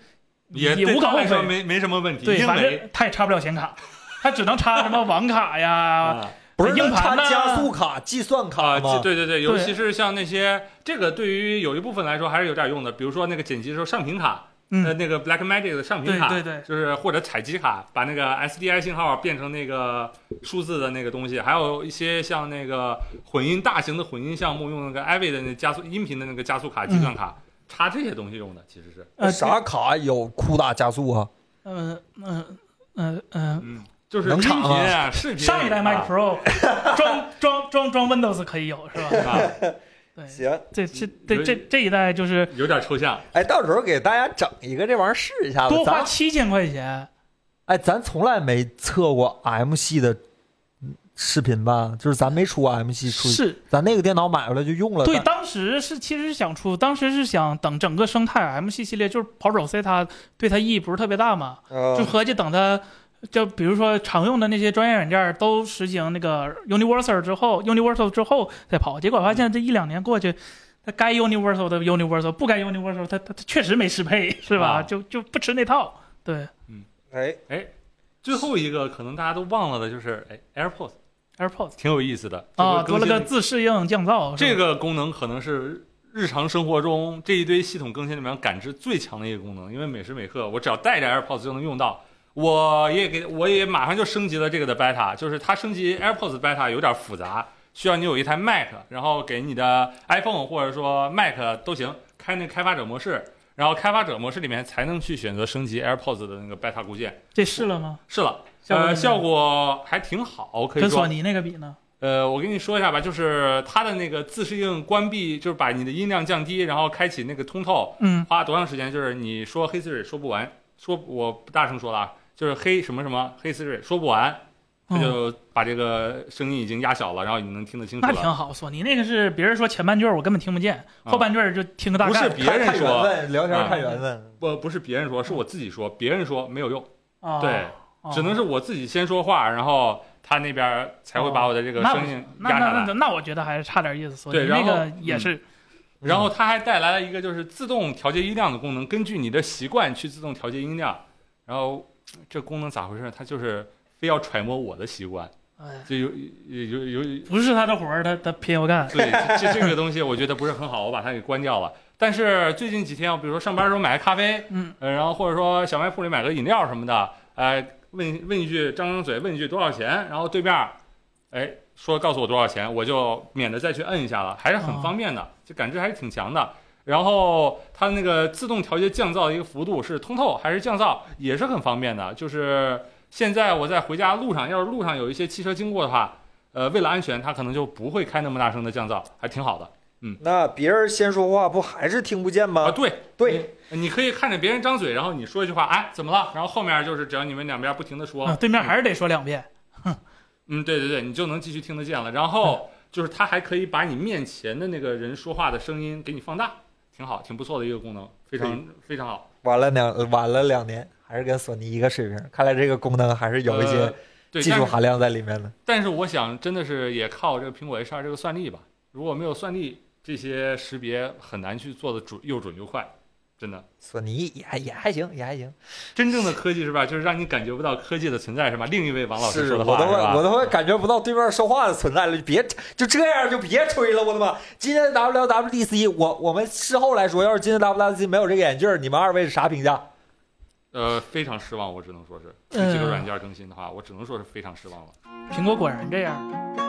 [SPEAKER 3] 也
[SPEAKER 2] 也无可
[SPEAKER 3] 对他
[SPEAKER 2] 厚
[SPEAKER 3] 来说
[SPEAKER 2] 非。
[SPEAKER 3] 没没什么问题，
[SPEAKER 2] 对，
[SPEAKER 3] 因
[SPEAKER 2] 反
[SPEAKER 3] 为
[SPEAKER 2] 正它也插不了显卡，它只能插什么网卡呀。
[SPEAKER 3] 啊
[SPEAKER 1] 不是
[SPEAKER 2] 硬
[SPEAKER 1] 能
[SPEAKER 2] 盘
[SPEAKER 1] 插
[SPEAKER 2] 呐
[SPEAKER 1] 加速卡、计算卡
[SPEAKER 3] 啊，
[SPEAKER 1] 吗？
[SPEAKER 3] 对对对，尤
[SPEAKER 2] 对
[SPEAKER 3] 其是像那些这个，对于有一部分来说还是有点用的，比如说那个剪辑的时候上屏卡，呃，
[SPEAKER 2] 嗯，
[SPEAKER 3] 那个 Blackmagic 的上屏
[SPEAKER 2] 对
[SPEAKER 3] 卡，
[SPEAKER 2] 对对，
[SPEAKER 3] 就是或者采集卡，把那个 SDI 信号变成那个数字的那个东西，还有一些像那个混音大型的混音项目用那个 Ivy 的那加速音频的那个加速卡、计算卡，
[SPEAKER 2] 嗯
[SPEAKER 3] 插这些东西用的，其实是，
[SPEAKER 1] 那
[SPEAKER 2] 呃，
[SPEAKER 1] 啥卡有酷大加速啊？
[SPEAKER 2] 呃？嗯嗯嗯嗯，
[SPEAKER 3] 嗯，就是音
[SPEAKER 1] 能
[SPEAKER 3] 频
[SPEAKER 1] 插啊
[SPEAKER 3] 啊、视频啊，
[SPEAKER 2] 上一代 Mac
[SPEAKER 3] 啊
[SPEAKER 2] Pro 装装装装 Windows 可以有是吧？
[SPEAKER 3] 啊，
[SPEAKER 2] 对，
[SPEAKER 1] 行，
[SPEAKER 2] 这这这这这一代就是
[SPEAKER 3] 有点抽象，
[SPEAKER 1] 哎，到时候给大家整一个这玩意儿试一下吧。
[SPEAKER 2] 多花
[SPEAKER 1] 啊咱
[SPEAKER 2] 七千块钱。
[SPEAKER 1] 哎，咱从来没测过 M 系的嗯视频吧？就是咱没出 M 系出，
[SPEAKER 2] 是
[SPEAKER 1] 咱那个电脑买回来就用了。
[SPEAKER 2] 对，
[SPEAKER 1] 但
[SPEAKER 2] 当时是其实是想出，当时是想等整个生态 M 系系列，就是跑手 C 它对它意义不是特别大嘛，
[SPEAKER 1] 呃
[SPEAKER 2] 就合计等它。就比如说常用的那些专业软件都实行那个 Universal 之后，Universal 之后再跑，结果发现这一两年过去，它该 Universal 的 Universal，不该 Universal 它它它确实没适配，是吧？
[SPEAKER 3] 啊
[SPEAKER 2] 就就不吃那套，对
[SPEAKER 1] 哎，
[SPEAKER 3] 最后一个可能大家都忘了的就是，哎，AirPods
[SPEAKER 2] AirPods
[SPEAKER 3] 挺有意思的
[SPEAKER 2] 啊，多了
[SPEAKER 3] 这更新
[SPEAKER 2] 个自适应降噪，是吧
[SPEAKER 3] 这个功能可能是日常生活中这一堆系统更新里面感知最强的一个功能，因为每时每刻我只要带着 AirPods 就能用到。我也给我也马上就升级了这个的 beta，就是它升级 AirPods beta 有点复杂，需要你有一台 Mac，然后给你的 iPhone 或者说 Mac 都行，开那开发者模式，然后开发者模式里面才能去选择升级 AirPods 的那个 beta 固件。
[SPEAKER 2] 这试了吗？
[SPEAKER 3] 是了，
[SPEAKER 2] 效果怎么
[SPEAKER 3] 呃，
[SPEAKER 2] 样
[SPEAKER 3] 效果还挺好，可以
[SPEAKER 2] 跟
[SPEAKER 3] 说
[SPEAKER 2] 索尼那个比呢？嗯
[SPEAKER 3] 呃，我跟你说一下吧，就是它的那个自适应关闭，就是把你的音量降低，然后开启那个通透，
[SPEAKER 2] 嗯
[SPEAKER 3] 花多长时间？就是你说黑 Siri 说不完，说我不大声说了啊，就是黑什么什么黑 Siri 说不完，它
[SPEAKER 2] 嗯，
[SPEAKER 3] 就把这个声音已经压小了，然后你能听得清楚
[SPEAKER 2] 那
[SPEAKER 3] 了。
[SPEAKER 2] 挺好。索尼那个是别人说前半句儿我根本听不见，
[SPEAKER 3] 啊
[SPEAKER 2] 后半句儿就听个大
[SPEAKER 3] 不
[SPEAKER 2] 概。
[SPEAKER 3] 是别人
[SPEAKER 1] 看看缘
[SPEAKER 3] 说，
[SPEAKER 1] 分，聊天
[SPEAKER 3] 啊
[SPEAKER 1] 看缘分。
[SPEAKER 3] 不不是别人说，是我自己说，别人说没有用，
[SPEAKER 2] 啊，
[SPEAKER 3] 对
[SPEAKER 2] 哦
[SPEAKER 3] 只能是我自己先说话，然后他那边才会把我的这个
[SPEAKER 2] 哦那
[SPEAKER 3] 声音
[SPEAKER 2] 那
[SPEAKER 3] 压下
[SPEAKER 2] 那
[SPEAKER 3] 来
[SPEAKER 2] 那。那我觉得还是差点意思。索尼
[SPEAKER 3] 对然
[SPEAKER 2] 那
[SPEAKER 3] 后嗯
[SPEAKER 2] 个也是，
[SPEAKER 3] 然后它还带来了一个就是自动调节音量的功能，根据你的习惯去自动调节音量。然后呃这功能咋回事？它就是非要揣摩我的习惯，
[SPEAKER 2] 哎，
[SPEAKER 3] 就有有有有
[SPEAKER 2] 不是他的活儿，他他偏要干。
[SPEAKER 3] 对这这这个东西我觉得不是很好，我把它给关掉了。但是最近几天，我比如说上班的时候买个咖啡，
[SPEAKER 2] 嗯，
[SPEAKER 3] 呃，然后或者说小卖铺里买个饮料什么的，呃，问问一句，张张嘴问一句多少钱，然后对面，哎，说告诉我多少钱，我就免得再去摁一下了，还是很方便的，就感知还是挺强的。然后它那个自动调节降噪的一个幅度是通透还是降噪，也是很方便的。就是现在我在回家路上，要是路上有一些汽车经过的话，呃，为了安全，它可能就不会开那么大声的降噪，还挺好的。
[SPEAKER 1] 那别人先说话不还是听不见
[SPEAKER 3] 啊，
[SPEAKER 1] 吗？
[SPEAKER 3] 对，
[SPEAKER 1] 对，
[SPEAKER 3] 你可以看着别人张嘴，然后你说一句话，哎，怎么了？然后后面就是只要你们两边不停的说
[SPEAKER 2] 啊，，对面还是得说两遍。
[SPEAKER 3] 嗯，对对对，你就能继续听得见了。然 后就是它还可以把你面前的那个人说话的声音给你放大，挺好，挺不错的一个功能，非常非常好。
[SPEAKER 1] 晚了两晚了两年，还是跟索尼一个水平。看来这个功能还是有一些
[SPEAKER 3] 呃对，
[SPEAKER 1] 技
[SPEAKER 3] 但
[SPEAKER 1] 术
[SPEAKER 3] 是
[SPEAKER 1] 含量在里面的。
[SPEAKER 3] 但是我想，真的是也靠这个苹果 H 2这个算力吧。如果没有算力，这些识别很难去做的准又准又快。真的，
[SPEAKER 1] 索尼也还也还行，也还行。
[SPEAKER 3] 真正的科技是吧？就是让你感觉不到科技的存在是吧？另一位王老师
[SPEAKER 1] 是
[SPEAKER 3] 说的
[SPEAKER 1] 我
[SPEAKER 3] 话
[SPEAKER 1] 都
[SPEAKER 3] 是
[SPEAKER 1] 会
[SPEAKER 3] 吧？
[SPEAKER 1] 我都会感觉不到对面说话的存在了，别就这样就别吹了，我的妈！今天 WWDC，我我们事后来说，要是今天 WWDC 没有这个眼镜儿，你们二位是啥评价？
[SPEAKER 3] 呃，非常失望，我只能说是对这个软件更新的话，我只能说是非常失望了。
[SPEAKER 2] 苹果果然这样。